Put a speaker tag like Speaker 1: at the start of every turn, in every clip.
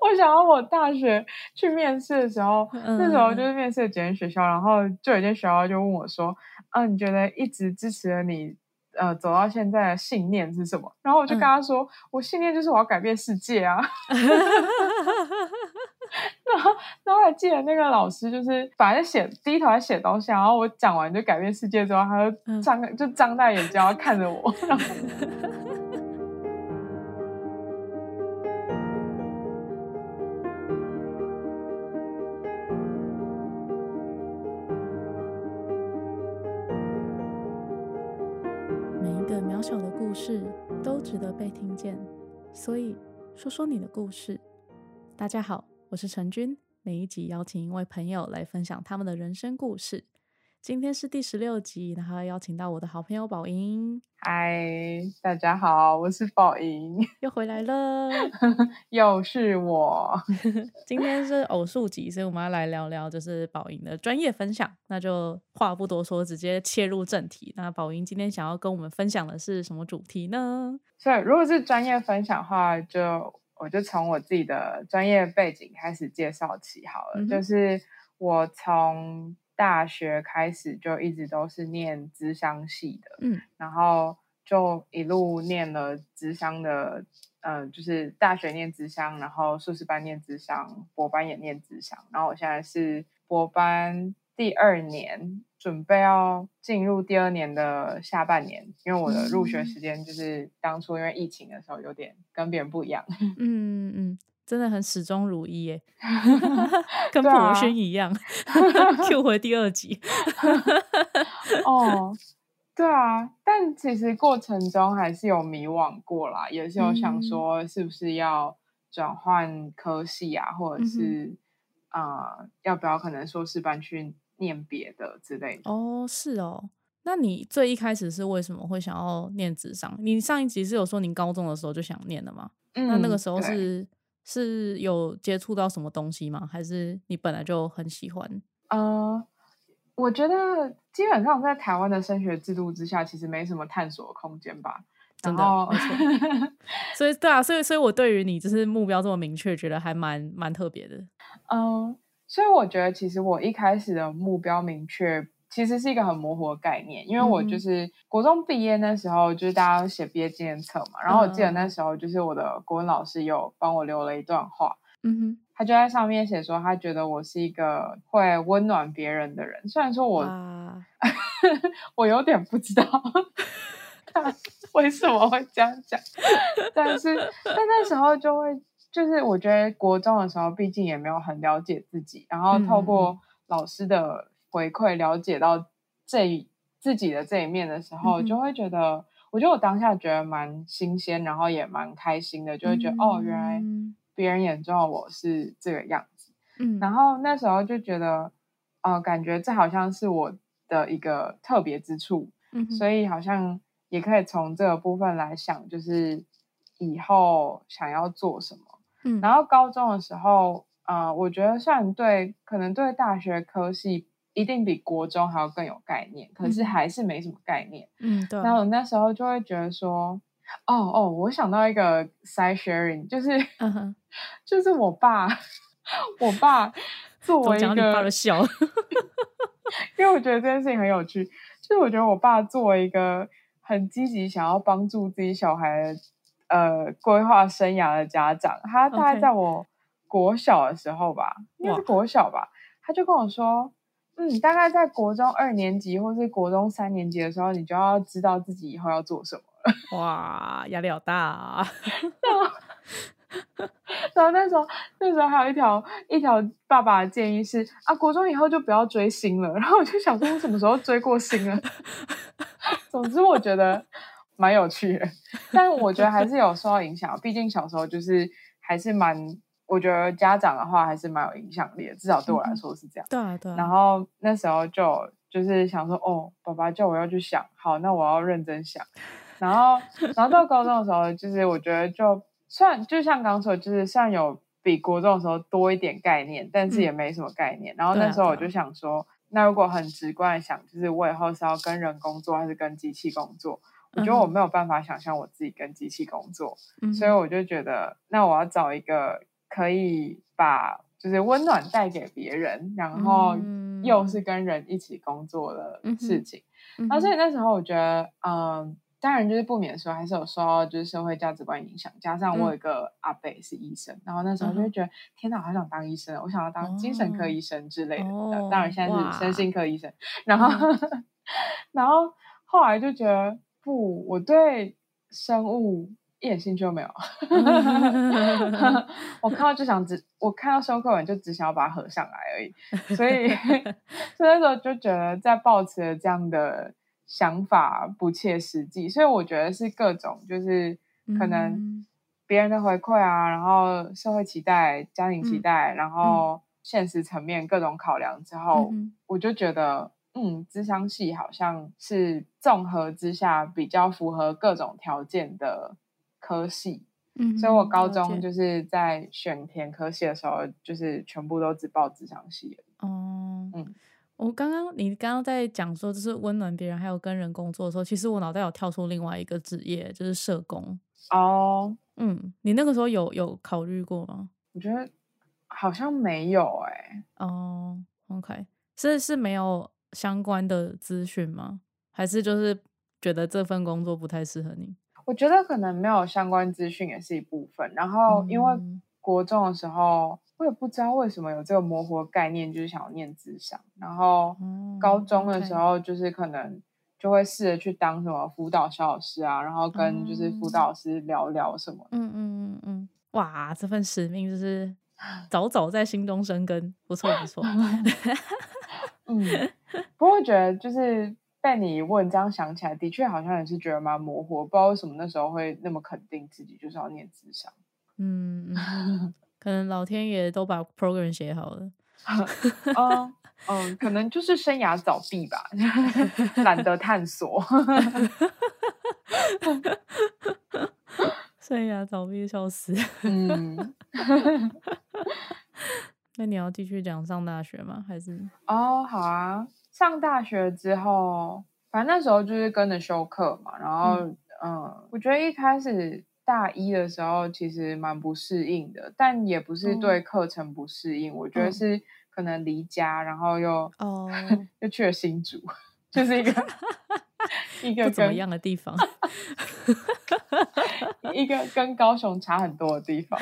Speaker 1: 我想到我大学去面试的时候，
Speaker 2: 嗯
Speaker 1: 那时候就是面试几间学校，然后就有一间学校就问我说：“啊，你觉得一直支持了你呃走到现在的信念是什么？”然后我就
Speaker 2: 嗯
Speaker 1: 跟他说：“我信念就是我要改变世界啊。” 然后还记得那个老师就是反正写第一条在写东西，然后我讲完就改变世界之后，他就
Speaker 2: 嗯
Speaker 1: 张、就张大眼睛要看着我， 然后
Speaker 2: 每一个渺小的故事都值得被听见，所以说说你的故事。大家好，我是陈君，每一集邀请一位朋友来分享他们的人生故事。今天是第十六集，然后邀请到我的好朋友宝英
Speaker 1: 嗨，大家好，我是宝莹，
Speaker 2: 又回来了。
Speaker 1: 又是我，
Speaker 2: 今天是偶数集，所以我们要来聊聊就是宝莹的专业分享。那就话不多说，直接切入正题。那宝莹今天想要跟我们分享的是什么主题呢？
Speaker 1: 所以如果是专业分享的话，就我就从我自己的专业背景开始介绍起好了。
Speaker 2: 嗯哼
Speaker 1: 就是我从大学开始就一直都是念资商系的，
Speaker 2: 嗯，
Speaker 1: 然后就一路念了资商的，嗯、就是大学念资商，然后硕士班念资商，博班也念资商，然后我现在是博班第二年，准备要进入第二年的下半年，因为我的入学时间就是当初因为疫情的时候有点跟别人不一样，
Speaker 2: 嗯嗯，真的很始终如一 耶，跟
Speaker 1: 对
Speaker 2: 博
Speaker 1: 啊
Speaker 2: 勋 一样 ，Q 回第二集。
Speaker 1: 哦， 对啊，但其实过程中还是有迷惘过啦，也是有想
Speaker 2: 嗯
Speaker 1: 说是不是要转换科系啊，或者
Speaker 2: 嗯哼
Speaker 1: 是啊、呃要不要可能硕士班去念别的之类的。
Speaker 2: 哦，是哦。那你最一开始是为什么会想要念职商？你上一集是有说你高中的时候就想念的吗？
Speaker 1: 嗯
Speaker 2: 那那个时候
Speaker 1: 对
Speaker 2: 是是有接触到什么东西吗？还是你本来就很喜欢？
Speaker 1: 呃，我觉得基本上在台湾的升学制度之下，其实没什么探索的空间吧。
Speaker 2: 真
Speaker 1: 然
Speaker 2: 的
Speaker 1: 后
Speaker 2: 没错所以对啊，所以所以我对于你就是目标这么明确，觉得还蛮蛮特别的。
Speaker 1: 嗯，所以我觉得其实我一开始的目标明确，其实是一个很模糊的概念，因为我
Speaker 2: 嗯
Speaker 1: 就是。就是国中毕业那时候，就是大家写毕业纪念册嘛。然后我记得
Speaker 2: 嗯
Speaker 1: 那时候，就是我的国文老师有帮我留了一段话，
Speaker 2: 嗯
Speaker 1: 他就在上面写说，他觉得我是一个会温暖别人的人。虽然说
Speaker 2: 哼，
Speaker 1: 我
Speaker 2: 哇，
Speaker 1: 我有点不知道 他为什么会这样讲，但是但那时候就会，就是我觉得国中的时候，毕竟也没有很了解自己，然后透
Speaker 2: 嗯嗯
Speaker 1: 过老师的回馈了解到这一自己的这一面的时候，
Speaker 2: 嗯哼
Speaker 1: 就会觉得，我觉得我当下觉得蛮新鲜，然后也蛮开心的，就会觉得、哦，原来
Speaker 2: 嗯
Speaker 1: 别人眼中的我是这个样子。
Speaker 2: 嗯，
Speaker 1: 然后那时候就觉得，呃，感觉这好像是我的一个特别之处，
Speaker 2: 嗯哼
Speaker 1: 所以好像也可以从这个部分来想，就是以后想要做什么。
Speaker 2: 嗯
Speaker 1: 然后高中的时候，呃，我觉得虽然对可能对大学科系一定比国中还要更有概念，可是
Speaker 2: 嗯
Speaker 1: 还是没什么概念。
Speaker 2: 嗯，对啊，
Speaker 1: 然后我那时候就会觉得说，哦哦，我想到一个 side sharing，就是
Speaker 2: 嗯哼，
Speaker 1: 就是我爸， 我爸作
Speaker 2: 我
Speaker 1: 为一
Speaker 2: 讲到你爸
Speaker 1: 个
Speaker 2: 的，笑，
Speaker 1: 因为我觉得这件事情很有趣，就是我觉得我爸作为一个很积极想要帮助自己小孩的呃规划生涯的家长，他大
Speaker 2: OK
Speaker 1: 概在我国小的时候吧，应该是
Speaker 2: 哇
Speaker 1: 国小吧，他就跟我说。嗯，大概在国中二年级或是国中三年级的时候，你就要知道自己以后要做什么。
Speaker 2: 哇，压力好大、啊。
Speaker 1: 然后那时候，那时候还有一条一条爸爸的建议是啊，国中以后就不要追星了。 然后我就想说，我什么时候追过星了？ 总之，我觉得蛮有趣的，但我觉得还是有受到影响。毕竟小时候就是还是蛮，我觉得家长的话还是蛮有影响力的，至少对我来说是这样。
Speaker 2: 对啊，对啊。
Speaker 1: 然后那时候就就是想说，哦，爸爸叫我要去想，好，那我要认真想。然后，然后到高中的时候，就是我觉得就虽然就像刚说，就是虽然有比国中的时候多一点概念，但是也没什么概念。然后
Speaker 2: 嗯对
Speaker 1: 那
Speaker 2: 啊
Speaker 1: 时候我
Speaker 2: 对啊
Speaker 1: 就想说，那如果很直观的想，就是我以后是要跟人工作还是跟机器工作？我觉得我
Speaker 2: 嗯哼
Speaker 1: 没有办法想象我自己跟机器工作，
Speaker 2: 嗯
Speaker 1: 所以我就觉得，那我要找一个可以把就是温暖带给别人，然后又是跟人一起工作的事情。
Speaker 2: 嗯
Speaker 1: 然后所以
Speaker 2: 哼
Speaker 1: 那时候我觉得，嗯，当然就是不免说还是有受到就是社会价值观影响，加上
Speaker 2: 嗯
Speaker 1: 我有一个阿伯是医生，然后那时候就会觉得、天哪，我好想当医生哦，我想要当精神科医生之类的。
Speaker 2: 哦
Speaker 1: 当然现在
Speaker 2: 哇嗯
Speaker 1: 是身心科医生，然后、 然后后来就觉得不，我对生物。一点兴趣都没有，
Speaker 2: 嗯
Speaker 1: 我看到就想只，我看到收购人就只想要把它合上来而已，所以所以那时候就觉得在抱持了这样的想法不切实际，所以我觉得是各种就是可能
Speaker 2: 嗯
Speaker 1: 别人的回馈啊，然后社会期待、家庭
Speaker 2: 嗯
Speaker 1: 期待，然后现实层面各种考量之后，
Speaker 2: 嗯哼
Speaker 1: 我就觉得。嗯，智商系好像是综合之下比较符合各种条件的科系，
Speaker 2: 嗯
Speaker 1: 所以我
Speaker 2: 哼
Speaker 1: 高
Speaker 2: 了解
Speaker 1: 中就是在选填科系的时候，就是全部都只报智商系了。
Speaker 2: 哦，
Speaker 1: 嗯
Speaker 2: 我刚刚你刚刚在讲说就是温暖别人，还有跟人工作的时候，其实我脑袋有跳出另外一个职业，就是社工。
Speaker 1: 哦、
Speaker 2: 嗯，你那个时候有有考虑过吗？
Speaker 1: 我觉得好像没有哎、
Speaker 2: 哦，OK，是是没有相关的资讯吗？还是就是觉得这份工作不太适合你？
Speaker 1: 我觉得可能没有相关资讯也是一部分。然后因为
Speaker 2: 嗯
Speaker 1: 国中的时候，我也不知道为什么有这个模糊的概念，就是想要念智商。然后
Speaker 2: 哦
Speaker 1: 高中的
Speaker 2: OK
Speaker 1: 时候，就是可能就会试着去当什么辅导小老师啊，然后跟就是辅导老师聊聊什 么的。
Speaker 2: 嗯嗯嗯嗯，哇，这份使命就是早早在心中生根，不错不 错。
Speaker 1: 嗯，不过我觉得就是被你一问这样想起来，的确好像也是觉得蛮模糊，不知道为什么那时候会那么肯定自己就是要念智商。
Speaker 2: 嗯，嗯可能老天爷都把 program 写好了。
Speaker 1: 嗯嗯，可能就是生涯早闭吧， 懒得探 索。
Speaker 2: 生涯啊早闭，笑死。
Speaker 1: 嗯，
Speaker 2: 那你要继续讲上大学吗？还是
Speaker 1: 哦，好啊。上大学之后，反正那时候就是跟着修课嘛，然后嗯我觉得一开始大一的时候其实蛮不适应的，但也不是
Speaker 2: 哦
Speaker 1: 对课程不适应，我觉得
Speaker 2: 嗯
Speaker 1: 是可能离家，然后又
Speaker 2: 哦
Speaker 1: 又去了新竹， 就是一个一个
Speaker 2: 不怎么
Speaker 1: 跟
Speaker 2: 样的 地方？
Speaker 1: 一个跟高雄差很多的地 方。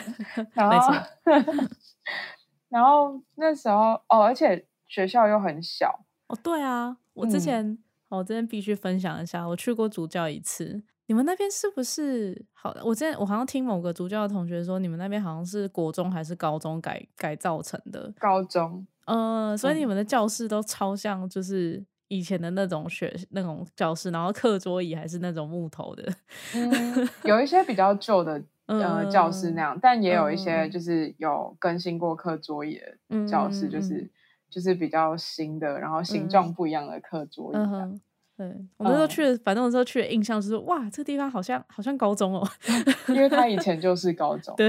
Speaker 1: 然
Speaker 2: 没
Speaker 1: 后
Speaker 2: 错，
Speaker 1: 然后那时候哦，而且学校又很小，
Speaker 2: 哦，对啊，我之
Speaker 1: 嗯
Speaker 2: 前、哦我这边必须分享一下，我去过主教一次。你们那边是不是好？我之前我好像听某个主教的同学说，你们那边好像是国中还是高中改改造成的。
Speaker 1: 高 中
Speaker 2: 呃，所以你
Speaker 1: 嗯
Speaker 2: 们的教室都超像就是以前的那种学那种教室，然后课桌椅还是那种木头的。
Speaker 1: 嗯有一些比较旧的呃教室那样，但也有一些
Speaker 2: 嗯
Speaker 1: 就是有更新过课桌椅的
Speaker 2: 样
Speaker 1: 教室，
Speaker 2: 嗯
Speaker 1: 就是。就是比较新的，然后形状不一样的课桌椅啊
Speaker 2: 嗯
Speaker 1: 这样、
Speaker 2: 哼，对，我那时候
Speaker 1: 嗯
Speaker 2: 去的，反正我那时候去的印象就是，哇，这个地方好像好像高中哦。
Speaker 1: 因为他以前就是高中。
Speaker 2: 对，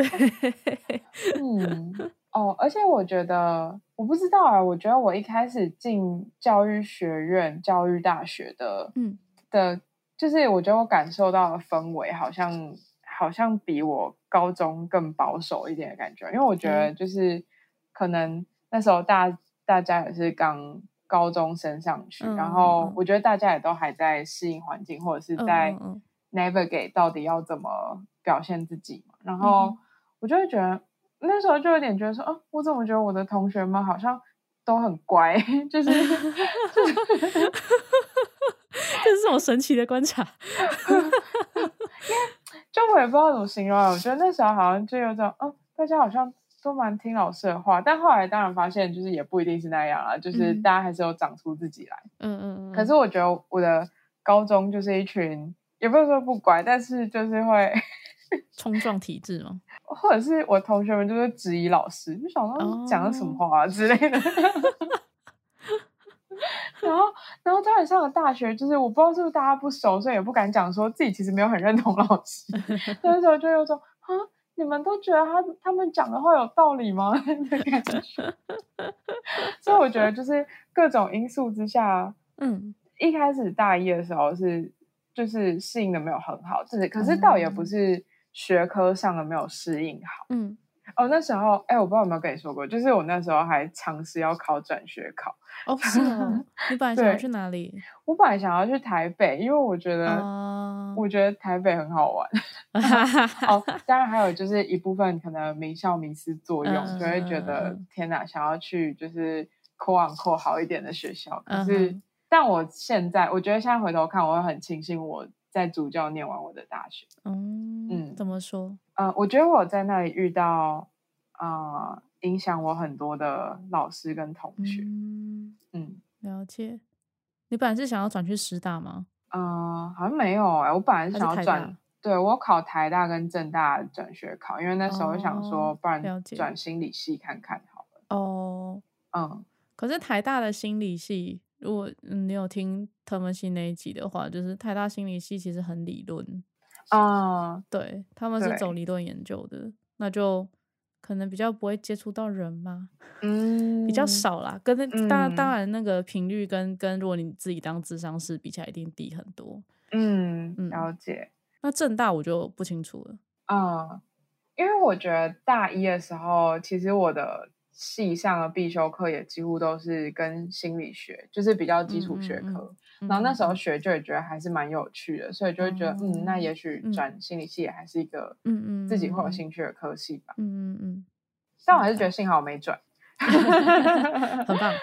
Speaker 1: 嗯，哦，而且我觉得，我不知道啊，我觉得我一开始进教育学院、教育大学的，
Speaker 2: 嗯
Speaker 1: 的，就是我觉得我感受到的氛围，好像好像比我高中更保守一点的感觉，因为我觉得
Speaker 2: 嗯
Speaker 1: 就是可能那时候大大家也是刚。高中升上去，
Speaker 2: 嗯
Speaker 1: 然
Speaker 2: 嗯
Speaker 1: 后
Speaker 2: 嗯
Speaker 1: 我觉得大家也都还在适应环境，或者是
Speaker 2: 嗯
Speaker 1: 在
Speaker 2: 嗯嗯
Speaker 1: navigate 到底要怎么表现自己嘛。然
Speaker 2: 嗯
Speaker 1: 后我就会觉得那时候就有点觉得说，哦，我怎么觉得我的同学们好像都很乖， 就是
Speaker 2: 这是我神奇的观察。
Speaker 1: 就我也不知道怎么形容啊。我觉得那时候好像就有种，嗯，大家好像。都蛮听老师的话，但后来当然发现，就是也不一定是那样啊，就是
Speaker 2: 嗯
Speaker 1: 大家还是有长出自己来。
Speaker 2: 嗯嗯嗯。
Speaker 1: 可是我觉得我的高中就是一群，也不是说不乖，但是就是会，
Speaker 2: 冲撞体制嘛，
Speaker 1: 或者是我同学们就是质疑老师，就想
Speaker 2: 哦
Speaker 1: 说讲的什么话、啊之类的。 然后，然后当然上了大学，就是我不知道是不是大家不熟，所以也不敢讲说自己其实没有很认同老师。那时候就又说啊，你们都觉得他他们讲的话有道理吗？ 的感觉。所以我觉得就是各种因素之下，
Speaker 2: 嗯
Speaker 1: 一开始大一的时候是就是适应的没有很好，就是可是倒也不
Speaker 2: 嗯
Speaker 1: 是学科上的没有适应好。
Speaker 2: 嗯
Speaker 1: 哦，那时候，哎，我不知道有没有跟你说过，就是我那时候还尝试要考转学考。
Speaker 2: 哦，是 哦，你本来想要
Speaker 1: 对
Speaker 2: 去哪里？
Speaker 1: 我本来想要去台北，因为我觉得，
Speaker 2: 啊
Speaker 1: 我觉得台北很好玩。哦，当然还有就是一部分可能名校迷思作用，
Speaker 2: 嗯
Speaker 1: 就会觉
Speaker 2: 嗯嗯
Speaker 1: 得
Speaker 2: 嗯
Speaker 1: 天哪，想要去就是扣网扣好一点的学校。可是，
Speaker 2: 嗯哼
Speaker 1: 但我现在我觉得现在回头看，我会很庆幸我在主教念完我的大学。
Speaker 2: 嗯，
Speaker 1: 嗯
Speaker 2: 怎么说？
Speaker 1: 呃，我觉得我在那里遇到呃影响我很多的老师跟同学。
Speaker 2: 嗯，
Speaker 1: 嗯
Speaker 2: 了解。你本来是想要转去师大吗？
Speaker 1: 嗯，好像没有哎、我本来是
Speaker 2: 还是
Speaker 1: 想要
Speaker 2: 台
Speaker 1: 转
Speaker 2: 大，
Speaker 1: 对我考台大跟政大转学考，因为那时候想说，
Speaker 2: 哦
Speaker 1: 不然
Speaker 2: 了解
Speaker 1: 转心理系看看好了。
Speaker 2: 哦，
Speaker 1: 嗯，
Speaker 2: 可是台大的心理系，如果、嗯你有听他们系那一集的话，就是台大心理系其实很理论，
Speaker 1: 啊、
Speaker 2: 对，他们是走
Speaker 1: 对
Speaker 2: 理论研究的，那就可能比较不会接触到人嘛，
Speaker 1: 嗯，
Speaker 2: 比较。少啦。跟那当、然当
Speaker 1: 嗯
Speaker 2: 然那个频率跟跟如果你自己当智商师比起来，一定低很多。
Speaker 1: 嗯
Speaker 2: 嗯，
Speaker 1: 了解。
Speaker 2: 那正大我就不清楚了。
Speaker 1: 嗯，因为我觉得大一的时候，其实我的系上的必修课也几乎都是跟心理学，就是比较基础
Speaker 2: 嗯
Speaker 1: 学
Speaker 2: 嗯
Speaker 1: 科。
Speaker 2: 嗯
Speaker 1: 然后那时候
Speaker 2: 嗯
Speaker 1: 学就也觉得还是蛮有趣的，所以就会觉得，嗯，那
Speaker 2: 哦
Speaker 1: 也许
Speaker 2: 嗯
Speaker 1: 转心理系也还是一个，
Speaker 2: 嗯嗯
Speaker 1: 自己会
Speaker 2: 嗯
Speaker 1: 有
Speaker 2: 嗯
Speaker 1: 兴趣的科系吧。
Speaker 2: 嗯嗯嗯，
Speaker 1: 但我还是觉得幸好我没 转。
Speaker 2: 嗯 很棒。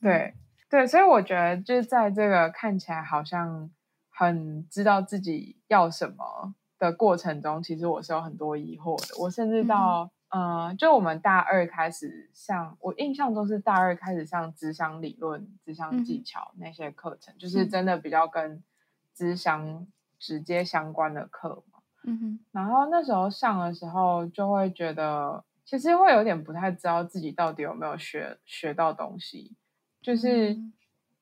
Speaker 1: 对对，所以我觉得就是在这个看起来好像很知道自己要什么的过程中，其实我是有很多疑惑的。我甚至到、
Speaker 2: 嗯
Speaker 1: 呃，就我们大二开始上，我印象中是大二开始上智商理论、智商
Speaker 2: 嗯
Speaker 1: 技
Speaker 2: 哼
Speaker 1: 巧那些课程，就是
Speaker 2: 嗯
Speaker 1: 真的比较跟智商直接相关的课嘛。
Speaker 2: 嗯哼，
Speaker 1: 然后那时候上的时候，就会觉得其实会有点不太知道自己到底有没有学学到东西，就是，
Speaker 2: 嗯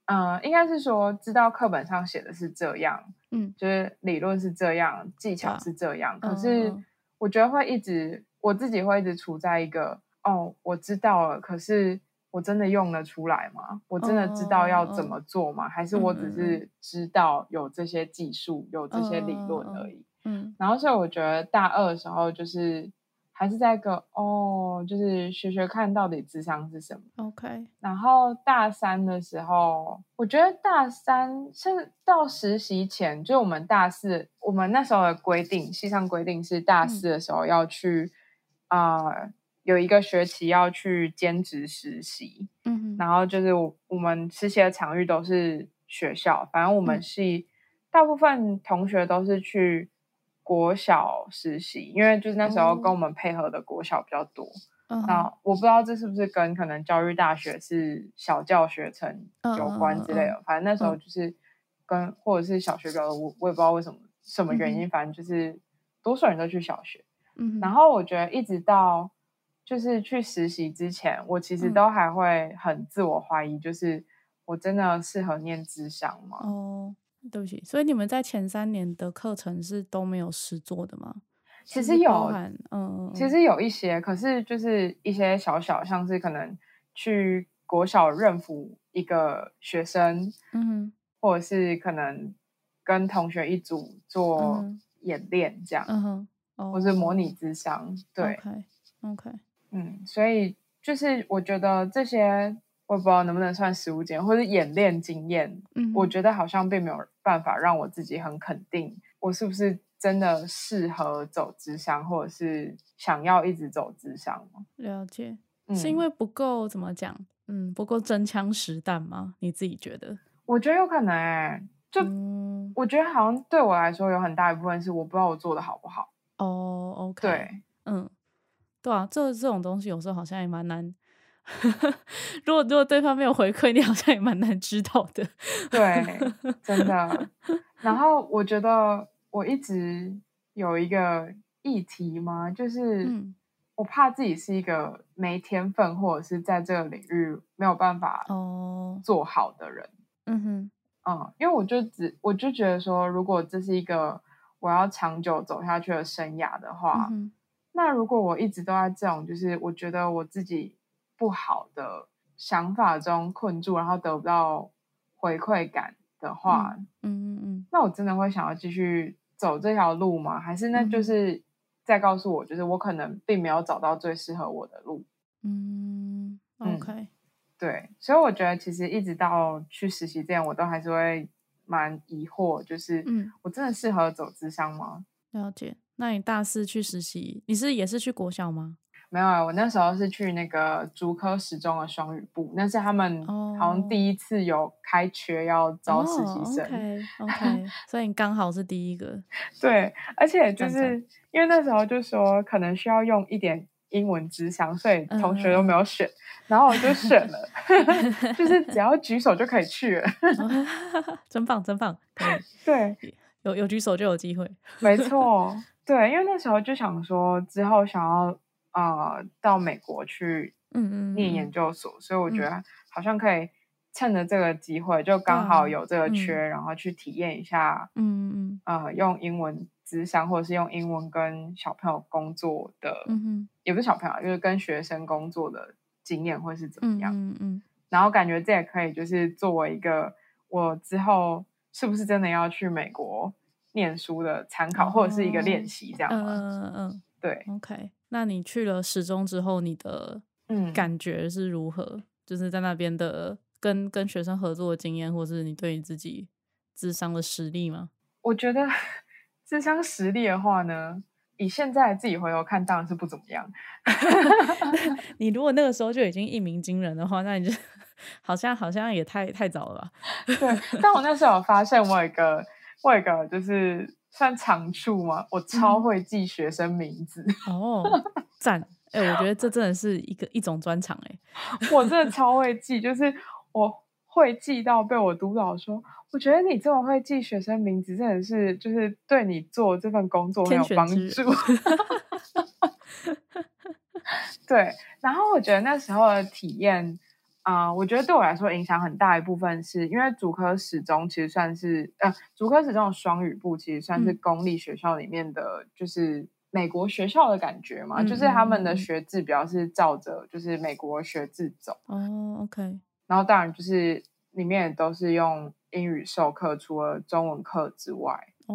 Speaker 1: 嗯、呃，应该是说知道课本上写的是这样，
Speaker 2: 嗯，
Speaker 1: 就是理论是这样，技巧
Speaker 2: 啊
Speaker 1: 是这样，
Speaker 2: 嗯
Speaker 1: 可是
Speaker 2: 嗯
Speaker 1: 我觉得会一直我自己会一直处在一个哦，我知道了，可是。我真的用得出来吗？我真的知道要怎
Speaker 2: 哦
Speaker 1: 么做吗？还是
Speaker 2: 嗯
Speaker 1: 我
Speaker 2: 嗯
Speaker 1: 只
Speaker 2: 嗯
Speaker 1: 是知道有这些技术、有这些理
Speaker 2: 嗯嗯
Speaker 1: 论
Speaker 2: 嗯
Speaker 1: 而已？
Speaker 2: 嗯
Speaker 1: 然后所以我觉得大二的时候就是还是在一个哦，就是学学看到底智商是什么。
Speaker 2: 嗯，OK，
Speaker 1: 然后大三的时候，我觉得大三甚至到实习前，就我们大四，我们那时候的规定，系上规定是大
Speaker 2: 嗯
Speaker 1: 四的时候要去啊、呃有一个学期要去兼职实习。
Speaker 2: 嗯哼，
Speaker 1: 然后就是我我们实习的场域都是学校，反正我们
Speaker 2: 嗯
Speaker 1: 系、大部分同学都是去国小实习，因为就是那时候跟
Speaker 2: 哦
Speaker 1: 我们配合的国小比较多。
Speaker 2: 嗯
Speaker 1: 那、
Speaker 2: 哼
Speaker 1: 我不知道这是不是跟可能教育大学是小教学程有
Speaker 2: 嗯嗯
Speaker 1: 关
Speaker 2: 嗯
Speaker 1: 之类的，反正那时候
Speaker 2: 嗯
Speaker 1: 就是跟或者是小学比较多，我我也不知道为什么什么原因，反正就是多数人都去小学。
Speaker 2: 嗯哼，
Speaker 1: 然后我觉得一直到就是去实习之前，我其实
Speaker 2: 嗯
Speaker 1: 都还会很自我怀疑，就是我真的适合念智商吗？
Speaker 2: 哦，对不起，所以你们在前三年的课程是都没有实做的吗？
Speaker 1: 其
Speaker 2: 就
Speaker 1: 实
Speaker 2: 是包
Speaker 1: 有
Speaker 2: 含嗯，嗯
Speaker 1: 其
Speaker 2: 嗯
Speaker 1: 实有一些，可是就是一些小小，像是可能去国小认辅一个学生，
Speaker 2: 嗯哼
Speaker 1: 或者是可能跟同学一组做
Speaker 2: 嗯哼
Speaker 1: 演练这样，
Speaker 2: 嗯哼，哦，
Speaker 1: 或是模拟智商，对。
Speaker 2: ，OK OK，
Speaker 1: 嗯，所以就是我觉得这些，我不知道能不能算实务经验或者演练经验，
Speaker 2: 嗯哼，
Speaker 1: 我觉得好像并没有办法让我自己很肯定，我是不是真的适合走直商，或者是想要一直走直商吗？
Speaker 2: 了解，
Speaker 1: 嗯，
Speaker 2: 是因为不够怎么讲？嗯，不够真枪实弹吗？你自己觉得？
Speaker 1: 我觉得有可能、欸，就
Speaker 2: 嗯，
Speaker 1: 我觉得好像对我来说有很大一部分是我不知道我做的好不好。
Speaker 2: 哦，OK，
Speaker 1: 对，
Speaker 2: 嗯，对啊，这这种东西有时候好像也蛮难。 如果如果对方没有回馈，你好像也蛮难知道
Speaker 1: 哦
Speaker 2: 的。
Speaker 1: 对，真的。然后我觉得我一直有一个议题嘛，就是
Speaker 2: 嗯
Speaker 1: 我怕自己是一个没天分，或者是在这个领域没有办法
Speaker 2: 哦，
Speaker 1: 做好的人。
Speaker 2: 嗯哼，
Speaker 1: 嗯，因为我就只我就觉得说，如果这是一个我要长久走下去的生涯的
Speaker 2: 嗯
Speaker 1: 话，
Speaker 2: 哼，
Speaker 1: 那如果我一直都在这种就是我觉得我自己不好的想法中困住，然后得不到回馈感的话，
Speaker 2: 嗯嗯嗯，
Speaker 1: 那我真的会想要继续走这条路吗？还是那
Speaker 2: 嗯
Speaker 1: 就
Speaker 2: 哼
Speaker 1: 是再告诉我，就是我可能并没有找到最适合我的路。
Speaker 2: 嗯
Speaker 1: 嗯
Speaker 2: ，OK，
Speaker 1: 对，所以我觉得其实一直到去实习之前，我都还是会蛮疑惑，就是
Speaker 2: 嗯
Speaker 1: 我真的适合走智商吗？
Speaker 2: 了解。那你大四去实习，你是也是去国小吗？
Speaker 1: 没有啊，我那时候是去那个竹科十中的双语部，那是他们好
Speaker 2: 哦
Speaker 1: 像第一次有开缺要招实习生。
Speaker 2: o k OK，所以你刚好是第一个。
Speaker 1: 对，而且就
Speaker 2: 赞
Speaker 1: 是
Speaker 2: 赞
Speaker 1: 因为那时候就说可能需要用一点英文之商，所以同学都
Speaker 2: 嗯
Speaker 1: 没有选，然后我就选了， 就是只要举手就可以去了。
Speaker 2: 哦真棒，真棒！可以
Speaker 1: 对，
Speaker 2: 有有举手就有机会。
Speaker 1: 没错，对，因为那时候就想说之后想要呃到美国去
Speaker 2: 嗯嗯，
Speaker 1: 念研
Speaker 2: 嗯
Speaker 1: 究所，所以我觉
Speaker 2: 嗯
Speaker 1: 得好像可以趁着这个机会，就刚好
Speaker 2: 对啊
Speaker 1: 有这个
Speaker 2: 嗯
Speaker 1: 缺，然后去体验一下
Speaker 2: 嗯嗯
Speaker 1: 呃用英文咨商，或者是用英文跟小朋友工作的，
Speaker 2: 嗯哼
Speaker 1: 也不是小朋友，啊就是跟学生工作的经验，或是怎么
Speaker 2: 嗯
Speaker 1: 样。
Speaker 2: 嗯嗯
Speaker 1: 然后感觉这也可以，就是作为一个我之后是不是真的要去美国念书的参考，或者是一个练
Speaker 2: 哦
Speaker 1: 习这样
Speaker 2: 嗯
Speaker 1: 嘛？
Speaker 2: 嗯嗯
Speaker 1: 对，
Speaker 2: 嗯，OK。那你去了十中之后，你的
Speaker 1: 嗯，
Speaker 2: 感觉是如何？就是在那边的跟跟学生合作的经验，或是你对你自己智商的实力吗？
Speaker 1: 我觉得智商实力的话呢，以现在自己回头看，当然是不怎么 样。
Speaker 2: 你如果那个时候就已经一鸣惊人的话，那你就好像好像也太太早了吧？
Speaker 1: 对，但我那时候有发现，我有一个，我有一个就是算长处嘛，我超
Speaker 2: 嗯
Speaker 1: 会记学生名字，
Speaker 2: 哦，赞！哎、我觉得这真的是一个一种专长哎、
Speaker 1: 我真的超会记，就是我会记到被我督导说，我觉得你这么会记学生名字，真的是就是对你做这份工作很
Speaker 2: 天
Speaker 1: 有
Speaker 2: 选
Speaker 1: 帮
Speaker 2: 之人
Speaker 1: 助。对，然后我觉得那时候的体验，啊、我觉得对我来说影响很大一部分是，因为主科始终其实算是呃，主科始终的双语部其实算是
Speaker 2: 嗯
Speaker 1: 公立学校里面的，就是美国学校的感觉嘛，就是
Speaker 2: 嗯嗯
Speaker 1: 他们
Speaker 2: 嗯
Speaker 1: 的
Speaker 2: 嗯
Speaker 1: 学制比较是照着就是美国学制走，
Speaker 2: 哦，OK，
Speaker 1: 然后当然就是里面也都是用英语授课，除了中文课之外，
Speaker 2: 哦，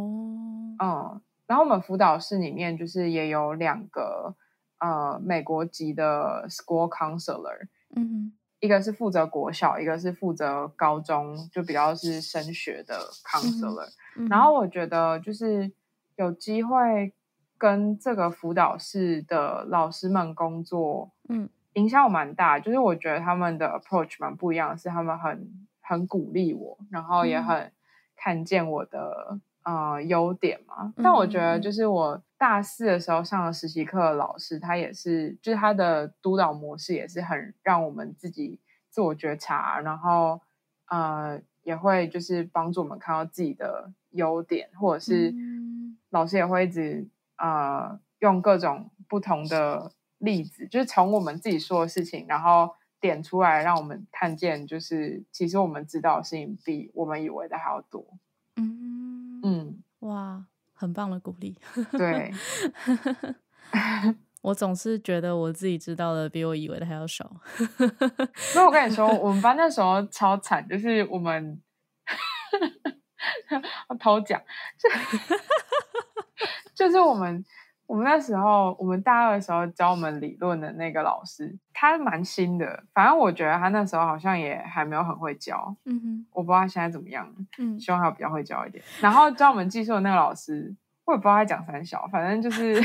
Speaker 1: 嗯，然后我们辅导室里面就是也有两个呃美国籍的 school counselor，
Speaker 2: 嗯
Speaker 1: 一个是负责国小，一个是负责高中，就比较是升学的 counselor。
Speaker 2: 嗯哼，
Speaker 1: 然后我觉得就是有机会跟这个辅导室的老师们工作，
Speaker 2: 嗯，
Speaker 1: 影响我蛮大。就是我觉得他们的 approach 蛮不一样，是他们很很鼓励我，然后也
Speaker 2: 嗯
Speaker 1: 很看见我的。呃，优点嘛，但我觉
Speaker 2: 嗯嗯
Speaker 1: 得
Speaker 2: 嗯
Speaker 1: 就是我大四的时候上了实习课的老师，他也是，就是他的督导模式也是很让我们自己自我觉察，然后呃，也会就是帮助我们看到自己的优点，或者是
Speaker 2: 嗯
Speaker 1: 老师也会一直呃用各种不同的例子，就是从我们自己说的事情，然后点出来，让我们看见，就是其实我们知道的事情比我们以为的还要多。
Speaker 2: 嗯嗯，
Speaker 1: 嗯，
Speaker 2: 哇，很棒的鼓励。
Speaker 1: 对，
Speaker 2: 我总是觉得我自己知道的比我以为的还要少。
Speaker 1: 所以我跟你说，我们班那时候超惨，就是我们 我偷讲，就就是我们我们那时候我们大二的时候教我们理论的那个老师，他蛮新的，反正我觉得他那时候好像也还没有很会教，
Speaker 2: 嗯
Speaker 1: 我不知道他现在怎么样，
Speaker 2: 哼，嗯，
Speaker 1: 希望他比较会教一点。然后教我们技术的那个老师，我也不知道他讲三小，反正就是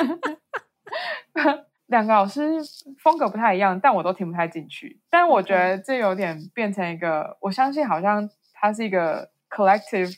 Speaker 1: 两个老师风格不太一样，但我都听不太进去。但我觉得这有点变成一个，我相信好像它是一个 collective，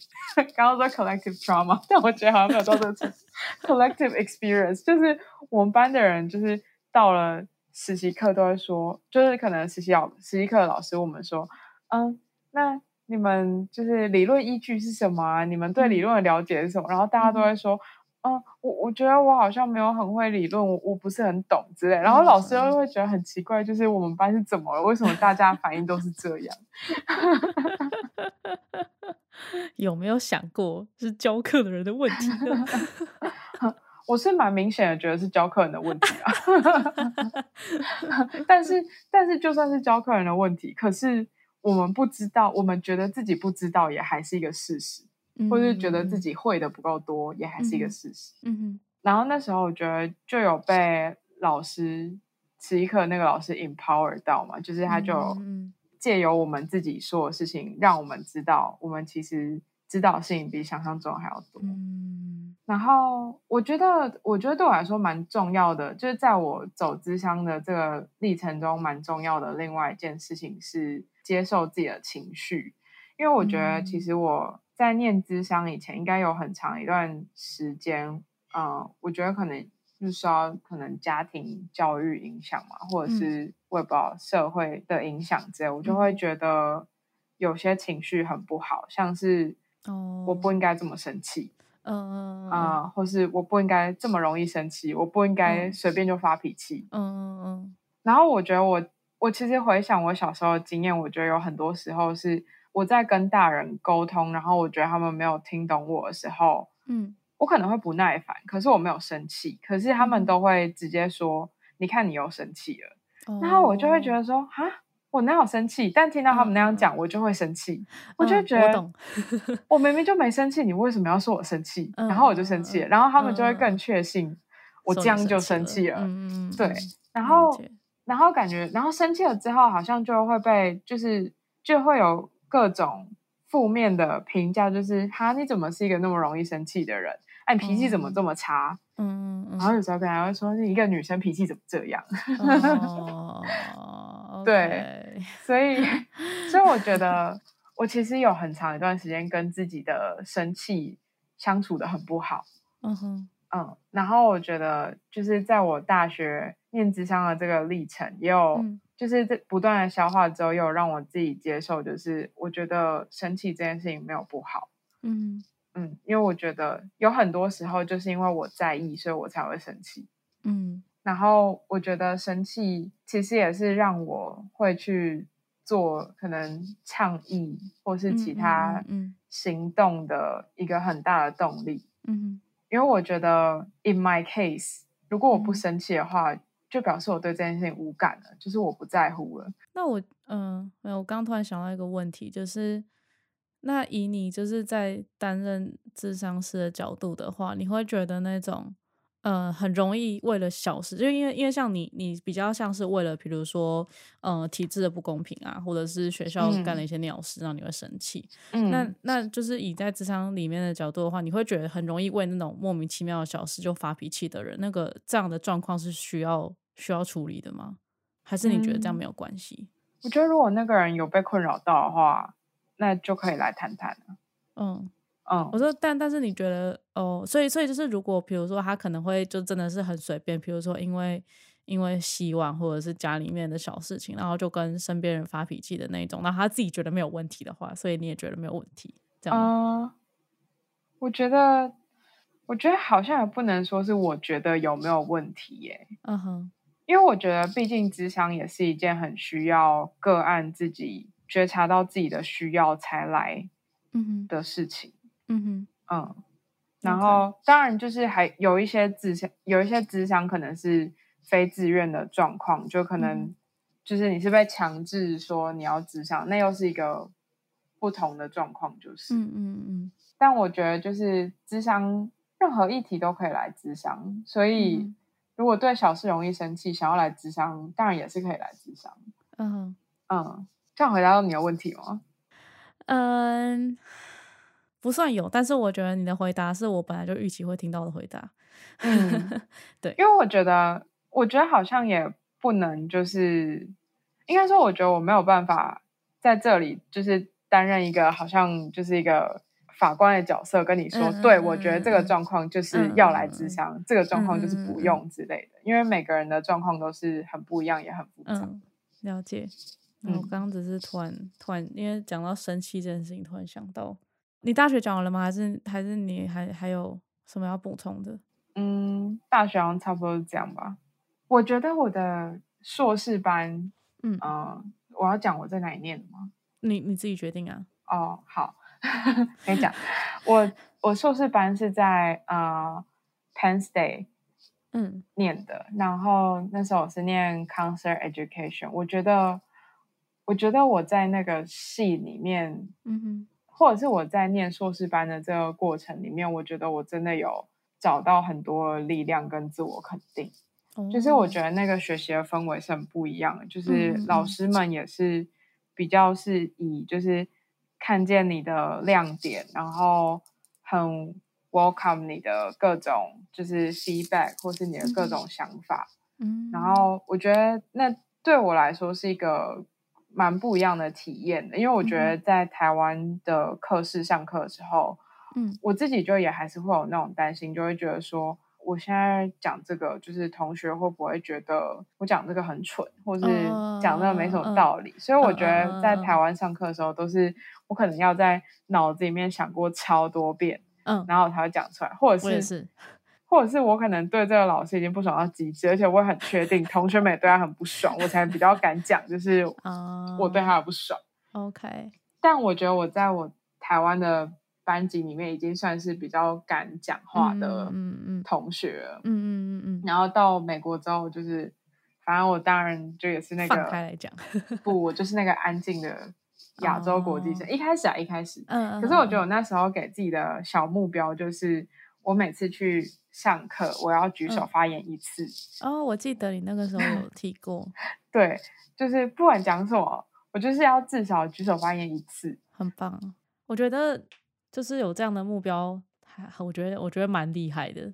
Speaker 1: 刚 刚说 collective trauma，但我觉得好像没有到这个程度 collective experience，就是我们班的人就是到了实习课都会说，就是可能实习老实习课的老师问我们说，嗯，那你们就是理论依据是什么啊？你们对理
Speaker 2: 嗯
Speaker 1: 论的了解是什么？然后大家都
Speaker 2: 嗯哼
Speaker 1: 会说，嗯，我我觉得我好像没有很会理论，我我不是很懂之类。然后老师
Speaker 2: 嗯
Speaker 1: 又会觉得很奇怪，就是我们班是怎么了？为什么大家反应都是这样？
Speaker 2: 有没有想过是教课的人的问题呢？
Speaker 1: 我是蛮明显的觉得是教课人的问题啊， 但是但是就算是教课人的问题，可是我们不知道，我们觉得自己不知道也还是一个事实，或是觉得自己会的不够多也还是一个
Speaker 2: 嗯
Speaker 1: 事实。
Speaker 2: 嗯哼，
Speaker 1: 然后那时候我觉得就有被老师此一刻那个老师 empower 到嘛，就是他就
Speaker 2: 嗯嗯
Speaker 1: 借由我们自己说的事情，让我们知道我们其实知道的事情比想象中还要多。
Speaker 2: 嗯
Speaker 1: 然后我觉得，我觉得对我来说蛮重要的，就是在我走之乡的这个历程中，蛮重要的另外一件事情是接受自己的情绪，因为我觉得其
Speaker 2: 嗯
Speaker 1: 实我在念之乡以前，应该有很长一段时间，嗯、我觉得可能就是说可能家庭教育影响嘛，或者
Speaker 2: 嗯
Speaker 1: 是我也不知道社会的影响之类，我就
Speaker 2: 嗯
Speaker 1: 会觉得有些情绪很不好，像是
Speaker 2: 哦，
Speaker 1: 我不应该这么生气。
Speaker 2: 嗯
Speaker 1: 啊、
Speaker 2: 嗯
Speaker 1: 或是我不应该这么容易生气，我不应该
Speaker 2: 嗯
Speaker 1: 随便就发脾气。
Speaker 2: 嗯
Speaker 1: 然后我觉得我，我其实回想我小时候的经验，我觉得有很多时候是我在跟大人沟通，然后我觉得他们没有听懂我的时候，
Speaker 2: 嗯
Speaker 1: 我可能会不耐烦，可是我没有生气，可是他们
Speaker 2: 嗯
Speaker 1: 都会直接说：“你看你又生气了。”
Speaker 2: 嗯，
Speaker 1: 然后我就会觉
Speaker 2: 哦
Speaker 1: 得说：“哈。”我哪有生气？但听到他们那
Speaker 2: 嗯嗯
Speaker 1: 样
Speaker 2: 嗯
Speaker 1: 讲，我就会生气。我就
Speaker 2: 嗯
Speaker 1: 觉得，
Speaker 2: 懂，
Speaker 1: 我明明就没生气，你为什么要说我生气？
Speaker 2: 嗯
Speaker 1: 然后我就生气了，
Speaker 2: 嗯嗯
Speaker 1: 然后他们就会
Speaker 2: 嗯嗯
Speaker 1: 更
Speaker 2: 嗯
Speaker 1: 确信我
Speaker 2: 说
Speaker 1: 这
Speaker 2: 你
Speaker 1: 样就生气
Speaker 2: 气
Speaker 1: 了。
Speaker 2: 嗯嗯嗯，
Speaker 1: 对
Speaker 2: 嗯
Speaker 1: 然
Speaker 2: 了
Speaker 1: 后，
Speaker 2: 解
Speaker 1: 然后感觉，然后生气了之后，好像就会被就是就会有各种负面的评价，就是哈，你怎么是一个那么容易生气的人？哎，你脾气怎么
Speaker 2: 哦
Speaker 1: 这么差？
Speaker 2: 嗯嗯
Speaker 1: 然后有时候可能还会说，你一个女生脾气怎么这样？
Speaker 2: 嗯，哦，
Speaker 1: 对
Speaker 2: OK，
Speaker 1: 所以， 所以我觉得我其实有很长一段时间跟自己的生气相处的很不好，
Speaker 2: 嗯哼，
Speaker 1: 嗯，然后我觉得就是在我大学念职商的这个历程，也有、
Speaker 2: 嗯
Speaker 1: 就是在不断的消化之后，也有让我自己接受，就是我觉得生气这件事情没有不好，
Speaker 2: 嗯。
Speaker 1: 嗯，因为我觉得有很多时候就是因为我在意，所以我才会生气，
Speaker 2: 嗯
Speaker 1: 然后我觉得生气其实也是让我会去做可能倡议或是
Speaker 2: 嗯
Speaker 1: 其
Speaker 2: 嗯
Speaker 1: 他
Speaker 2: 嗯
Speaker 1: 行动的一个很大的动力，
Speaker 2: 嗯
Speaker 1: 因为我觉得 in my case，如果我不
Speaker 2: 嗯
Speaker 1: 生气的话，就表示我对这件事情无感了，就是我不在乎了。
Speaker 2: 哼，那我嗯、没有，我刚突然想到一个问题，就是那以你就是在担任智商师的角度的话，你会觉得那种呃很容易为了小事，就因为因为像你，你比较像是为了比如说呃体制的不公平啊，或者是学校干了一些鸟事，让你会生气。那
Speaker 1: 嗯，
Speaker 2: 那就是以在职场里面的角度的话，你会觉得很容易为那种莫名其妙的小事就发脾气的人，那个这样的状况是需要需要处理的吗？还是你觉得这样
Speaker 1: 嗯
Speaker 2: 没有关系？
Speaker 1: 我觉得如果那个人有被困扰到的话，那就可以来谈谈了。
Speaker 2: 嗯，我
Speaker 1: 嗯
Speaker 2: 说，但但是你觉得哦，所以所以就是，如果比如说他可能会就真的是很随便，比如说因为因为希望或者是家里面的小事情，然后就跟身边人发脾气的那一种，然后他自己觉得没有问题的话，所以你也觉得没有问题，这样吗？
Speaker 1: 嗯、呃我觉得，我觉得好像也不能说是我觉得有没有问题耶，
Speaker 2: 嗯哼，
Speaker 1: 因为我觉得毕竟智商也是一件很需要个案自己觉察到自己的需要才来
Speaker 2: 嗯哼，
Speaker 1: 的事情。
Speaker 2: 嗯哼，
Speaker 1: 嗯，然
Speaker 2: OK
Speaker 1: 后当然就是还有一些智商，有一些智商可能是非自愿的状况，就可能
Speaker 2: 嗯
Speaker 1: 就是你是被强制说你要智商，那又是一个不同的状况，就是。
Speaker 2: 嗯嗯嗯
Speaker 1: 但我觉得就是智商，任何议题都可以来智商，所以。
Speaker 2: 嗯
Speaker 1: 如果对小事容易生气，想要来智商，当然也是可以来智商。
Speaker 2: 嗯哼。
Speaker 1: 嗯，这样回答到你的问题吗？
Speaker 2: 嗯，不算有，但是我觉得你的回答是我本来就预期会听到的回答。
Speaker 1: 嗯，
Speaker 2: 对，
Speaker 1: 因为我觉得，我觉得好像也不能，就是应该说，我觉得我没有办法在这里，就是担任一个好像就是一个法官的角色，跟你说，
Speaker 2: 嗯
Speaker 1: 对
Speaker 2: 嗯
Speaker 1: 我觉得这个状况就是
Speaker 2: 嗯
Speaker 1: 要来
Speaker 2: 嗯
Speaker 1: 智
Speaker 2: 嗯
Speaker 1: 商，这个状况就是
Speaker 2: 嗯嗯
Speaker 1: 不
Speaker 2: 嗯
Speaker 1: 用之类的，因为每个人的状况都是很不一样，也很复杂。
Speaker 2: 嗯，了解。然后我
Speaker 1: 嗯
Speaker 2: 刚刚只是突然突然，因为讲到生气这件事情，突然想到，你大学讲完了吗？还是还是你还还有什么要补充的？
Speaker 1: 嗯，大学好像差不多是这样吧。我觉得我的硕士班，
Speaker 2: 嗯，
Speaker 1: 嗯、我要讲我在哪里念的吗？
Speaker 2: 你你自己决定啊。
Speaker 1: 哦，好， 跟你讲，我我硕士班是在呃 Penn State
Speaker 2: 嗯
Speaker 1: 念的，然后那时候我是念 Counselor Education，我觉得我觉得我在那个系里面，
Speaker 2: 嗯哼
Speaker 1: 或者是我在念硕士班的这个过程里面，我觉得我真的有找到很多力量跟自我肯定。
Speaker 2: 哦
Speaker 1: 就是我觉得那个学习的氛围是很不一样的，就是
Speaker 2: 嗯嗯
Speaker 1: 老
Speaker 2: 嗯
Speaker 1: 师们也是比较是以就是看见你的亮点，然后很 welcome 你的各种就是 feedback 或是你的各
Speaker 2: 嗯
Speaker 1: 种想法，
Speaker 2: 嗯，
Speaker 1: 然后我觉得那对我来说是一个蛮不一样的体验的，因为我觉得
Speaker 2: 嗯
Speaker 1: 在台湾的课室上课的时候，
Speaker 2: 嗯
Speaker 1: 我自己就也还是会有那种担心，就会觉得说，我现在讲这个，就是同学会不会觉得我讲这个很蠢，或是讲这个没什
Speaker 2: 嗯嗯
Speaker 1: 么
Speaker 2: 嗯
Speaker 1: 道理？所以我
Speaker 2: 嗯
Speaker 1: 觉
Speaker 2: 嗯嗯
Speaker 1: 得在台
Speaker 2: 嗯
Speaker 1: 湾上课的时候，都是我可能要在脑子里面想过超多遍，
Speaker 2: 嗯，
Speaker 1: 然后我才会讲出来，或
Speaker 2: 我
Speaker 1: 者
Speaker 2: 也
Speaker 1: 是。
Speaker 2: 是，
Speaker 1: 或者是我可能对这个老师已经不爽到极致，而且我也很确定同学们也对他很不爽，我才比较敢讲，就是
Speaker 2: 啊，
Speaker 1: 我对他的不爽。
Speaker 2: OK，
Speaker 1: 但我觉得我在我台湾的班级里面已经算是比较敢讲话的
Speaker 2: 嗯嗯嗯
Speaker 1: 同学了。
Speaker 2: 嗯嗯嗯嗯，
Speaker 1: 然后到美国之后，就是反正我当然就也是那
Speaker 2: 放开
Speaker 1: 个
Speaker 2: 来讲，
Speaker 1: 不，我就是那个安静的亚洲国际生。
Speaker 2: 哦
Speaker 1: 一开始啊，一开始，
Speaker 2: 嗯，
Speaker 1: 可是我觉得我那时候给自己的小目标就是，我每次去上课，我要举手
Speaker 2: 嗯
Speaker 1: 发言一次。
Speaker 2: 哦，我记得你那个时候有提过，
Speaker 1: 对，就是不管讲什么，我就是要至少举手发言一次。
Speaker 2: 很棒，啊我觉得就是有这样的目标，还我觉得我觉得蛮厉害的，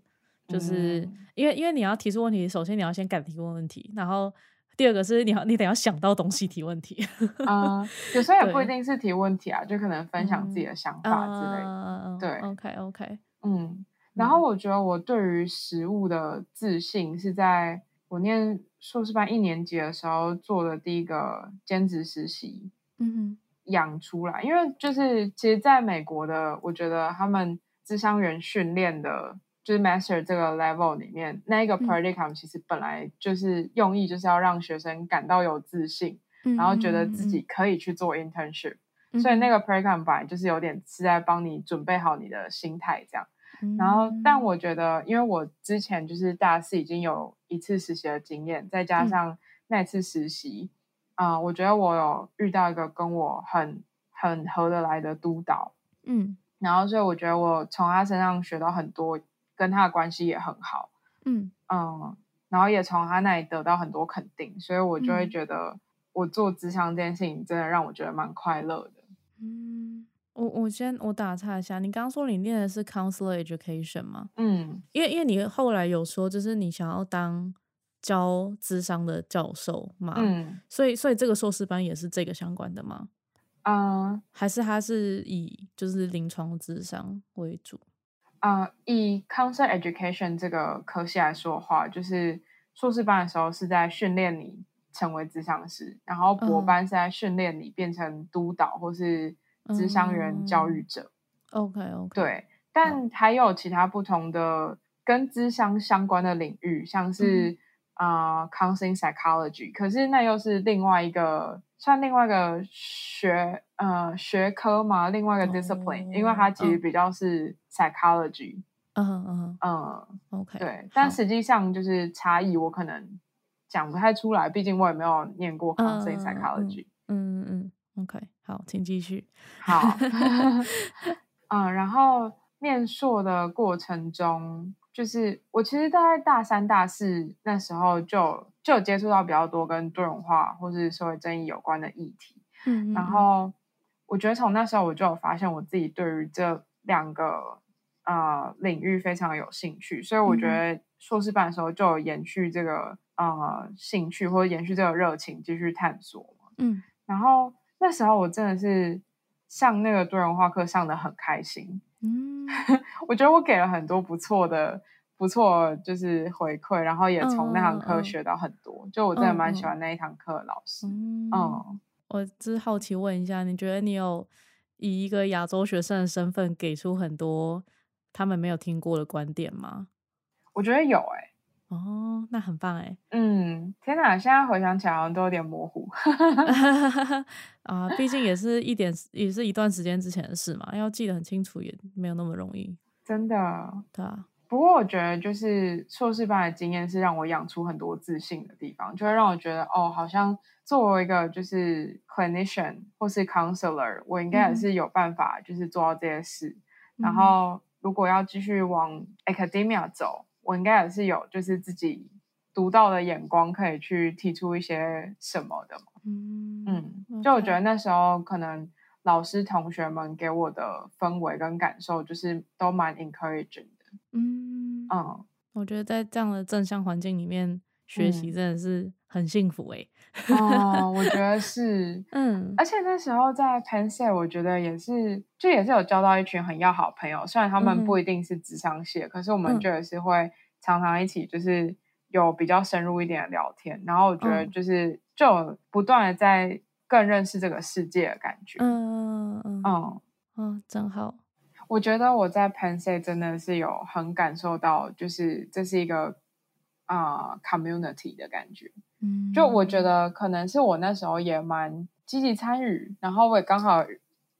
Speaker 2: 就是、
Speaker 1: 嗯
Speaker 2: 因为因为你要提出问题，首先你要先敢提问问题，然后第二个是你要你得要想到东西提问题，
Speaker 1: 嗯，有时候也不一
Speaker 2: 对
Speaker 1: 定是提问题啊，就可能分享自己的想法之类的。
Speaker 2: 嗯
Speaker 1: 对
Speaker 2: ，OK OK，
Speaker 1: 嗯，然后我觉得我对于食物的自信是在我念硕士班一年级的时候做的第一个兼职实习。
Speaker 2: 嗯
Speaker 1: 养出来，因为就是其实在美国的，我觉得他们智商员训练的，就是 master 这个 level 里面，那一个
Speaker 2: 嗯
Speaker 1: predicam 其实本来就是用意就是要让学生感到有自信，
Speaker 2: 哼，
Speaker 1: 然后觉得
Speaker 2: 嗯
Speaker 1: 自己，可以去做 internship，、
Speaker 2: 嗯嗯
Speaker 1: 所以那
Speaker 2: 嗯
Speaker 1: 个 predicam 本来就是有点是在帮你准备好你的心态这样。
Speaker 2: 嗯
Speaker 1: 然后，但
Speaker 2: 嗯
Speaker 1: 我觉得，因为我之前就是大四已经有一次实习的经验，再加
Speaker 2: 嗯
Speaker 1: 上那次实习，啊、我觉得我有遇到一个跟我很很合得来的督导，
Speaker 2: 嗯
Speaker 1: 然后所以我觉得我从他身上学到很多，跟他的关系也很好，
Speaker 2: 嗯
Speaker 1: 嗯，然后也从他那里得到很多肯定，所以我就会
Speaker 2: 嗯
Speaker 1: 觉得我做职场这件事情真的让我觉得蛮快乐的。
Speaker 2: 嗯，我我先我打岔一下，你刚刚说你念的是 counselor education 吗？
Speaker 1: 嗯，
Speaker 2: 因为因为你后来有说，就是你想要当教智商的教授嘛，
Speaker 1: 嗯
Speaker 2: 所以所以这个硕士班也是这个相关的吗？
Speaker 1: 嗯。
Speaker 2: 还是它是以就是临床智商为主？
Speaker 1: 呃，以 Council Education 这个科系来说的话，就是硕士班的时候是在训练你成为咨商师，然后博
Speaker 2: 嗯
Speaker 1: 班是在训练你变成督导或是咨商员教
Speaker 2: 嗯
Speaker 1: 育者。
Speaker 2: ？OK OK，，
Speaker 1: 对，但还有其他不同的跟咨商相关的领域，像
Speaker 2: 嗯
Speaker 1: 是啊、呃 Counseling Psychology，可是那又是另外一个。算另外一个学呃学科嘛，另外一个 discipline，、因为它
Speaker 2: 哦
Speaker 1: 其实
Speaker 2: 嗯
Speaker 1: 比较是 psychology，
Speaker 2: 嗯哼嗯哼
Speaker 1: 嗯，
Speaker 2: ，OK，
Speaker 1: 对，但
Speaker 2: 好
Speaker 1: 实际上就是差异，我可能讲不太出来，毕竟我也没有念过 counseling
Speaker 2: 嗯嗯嗯
Speaker 1: psychology。
Speaker 2: 嗯嗯嗯，OK，好，请继续。
Speaker 1: 好， 嗯，然后念硕的过程中，就是我其实大概大三、大四那时候就就有接触到比较多跟多元化或是社会正义有关的议题，
Speaker 2: 嗯，嗯
Speaker 1: 然
Speaker 2: 嗯
Speaker 1: 后我觉得从那时候我就有发现我自己对于这两个呃领域非常有兴趣，所以我觉
Speaker 2: 嗯
Speaker 1: 得硕士班的时候就有延续这个呃兴趣或者延续这个热情继续探索嘛。
Speaker 2: 嗯
Speaker 1: 然后那时候我真的是上那个多元化课上的很开心，
Speaker 2: 嗯，
Speaker 1: 我觉得我给了很多不错的。不错，就是回馈，然后也从那堂
Speaker 2: 嗯嗯
Speaker 1: 课
Speaker 2: 嗯
Speaker 1: 学到很多。就我真的
Speaker 2: 嗯
Speaker 1: 蛮喜
Speaker 2: 嗯
Speaker 1: 欢那一堂课的老师，
Speaker 2: 嗯，
Speaker 1: 嗯，
Speaker 2: 我只是好奇问一下，你觉得你有以一个亚洲学生的身份给出很多他们没有听过的观点吗？
Speaker 1: 我觉得有哎、
Speaker 2: 哦，那很棒哎、
Speaker 1: 嗯，天哪！现在回想起来好像都有点模糊。
Speaker 2: 啊，毕竟也是一点，也是一段时间之前的事嘛，要记得很清楚也没有那么容易，
Speaker 1: 真的。
Speaker 2: 对啊，
Speaker 1: 不过我觉得，就是硕士班的经验是让我养出很多自信的地方，就会让我觉得，哦，好像作为一个就是 clinician 或是 counselor，我应该也
Speaker 2: 嗯
Speaker 1: 是有办法，就是做到这些事。然
Speaker 2: 嗯
Speaker 1: 后如果要继续往 academia 走，我应该也是有就是自己独到的眼光，可以去提出一些什么的嘛。
Speaker 2: 嗯
Speaker 1: 嗯，
Speaker 2: OK
Speaker 1: 就我觉得那时候可能老师同学们给我的氛围跟感受，就是都蛮 encouraging 的。
Speaker 2: 嗯，
Speaker 1: 嗯，
Speaker 2: 我觉得在这样的正向环境里面学习
Speaker 1: 嗯
Speaker 2: 真的是很幸福欸 诶、
Speaker 1: 哦，我觉得是，
Speaker 2: 嗯
Speaker 1: 而且那时候在 Penn State，我觉得也是，就也是有交到一群很要好的朋友。虽然他
Speaker 2: 嗯
Speaker 1: 们
Speaker 2: 哼
Speaker 1: 不一定是智商系的，可是我们
Speaker 2: 嗯
Speaker 1: 就也是会常常一起，就是有比较深入一点的聊天。然后我觉得
Speaker 2: 嗯
Speaker 1: 就是就有不断的在更认识这个世界的感觉。
Speaker 2: 嗯嗯嗯
Speaker 1: 嗯，
Speaker 2: 嗯，真好。
Speaker 1: 我觉得我在 Penn State 真的是有很感受到，就是这是一个啊、呃 community 的感觉。
Speaker 2: 嗯，
Speaker 1: 就我觉得可能是我那时候也蛮积极参与，然后我也刚好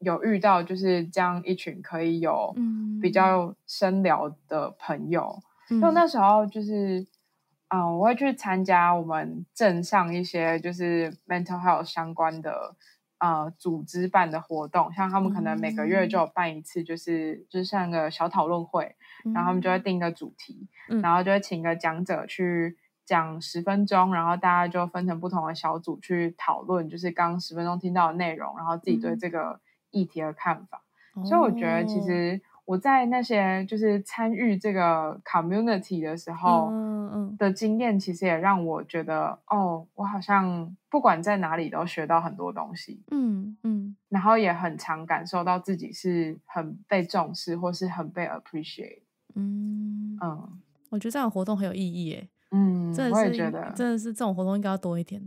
Speaker 1: 有遇到就是这样一群可以有
Speaker 2: 嗯，
Speaker 1: 比较深聊的朋友，
Speaker 2: 嗯，
Speaker 1: 因为那时候就是。啊、我会去参加我们镇上一些就是 mental health 相关的呃组织办的活动，像他们可能每个月就
Speaker 2: 哦
Speaker 1: 有办一次，就是就是像个小讨论会，然后他们就会定一个主题，
Speaker 2: 嗯
Speaker 1: 然后就会请一个讲者去讲十分钟，然后大家就分成不同的小组去讨论，就是刚十分钟听到的内容，然后自己对
Speaker 2: 嗯
Speaker 1: 这个议题的看法。
Speaker 2: 嗯，
Speaker 1: 所以我觉得其
Speaker 2: 哦
Speaker 1: 实我在那些就是参与这个 community 的时候。
Speaker 2: 嗯嗯
Speaker 1: 的经验其实也让我觉得，哦，我好像不管在哪里都学到很多东西，
Speaker 2: 嗯嗯
Speaker 1: 然后也很常感受到自己是很被重视或是很被 appreciate。
Speaker 2: 嗯，嗯
Speaker 1: 嗯，
Speaker 2: 我觉得这样的活动很有意义欸诶、
Speaker 1: 嗯，
Speaker 2: 真的
Speaker 1: 我
Speaker 2: 是
Speaker 1: 也觉
Speaker 2: 应
Speaker 1: 得，
Speaker 2: 真的是这种活动应该要多 一点，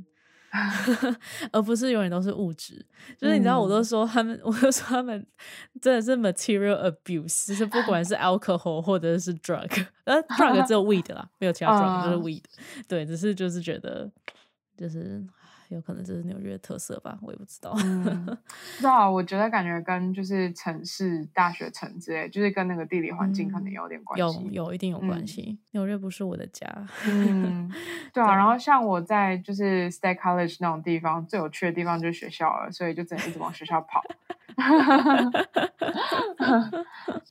Speaker 2: 而不是永远都是物质。就是你知道，我都
Speaker 1: 嗯
Speaker 2: 说他们，我都说他们真的是 material abuse，就是不管是 alcohol 或者是 drug，呃，drug 只有 weed 啦，没有其他 drug，就是
Speaker 1: 嗯
Speaker 2: weed。对，只是就是觉得，就是唉有可能这是纽约的特色吧，我也不知道。
Speaker 1: 嗯，不知道，我觉得感觉跟就是城市、大学城之类，就是跟那个地理环境可能
Speaker 2: 嗯
Speaker 1: 有点关
Speaker 2: 有
Speaker 1: 系。
Speaker 2: 有一定有关
Speaker 1: 嗯
Speaker 2: 系，纽约不是我的家。
Speaker 1: 嗯，对啊。
Speaker 2: 对
Speaker 1: 然后像我在就是 State College 那种地方，最有趣的地方就是学校了，所以就只能一直往学校跑。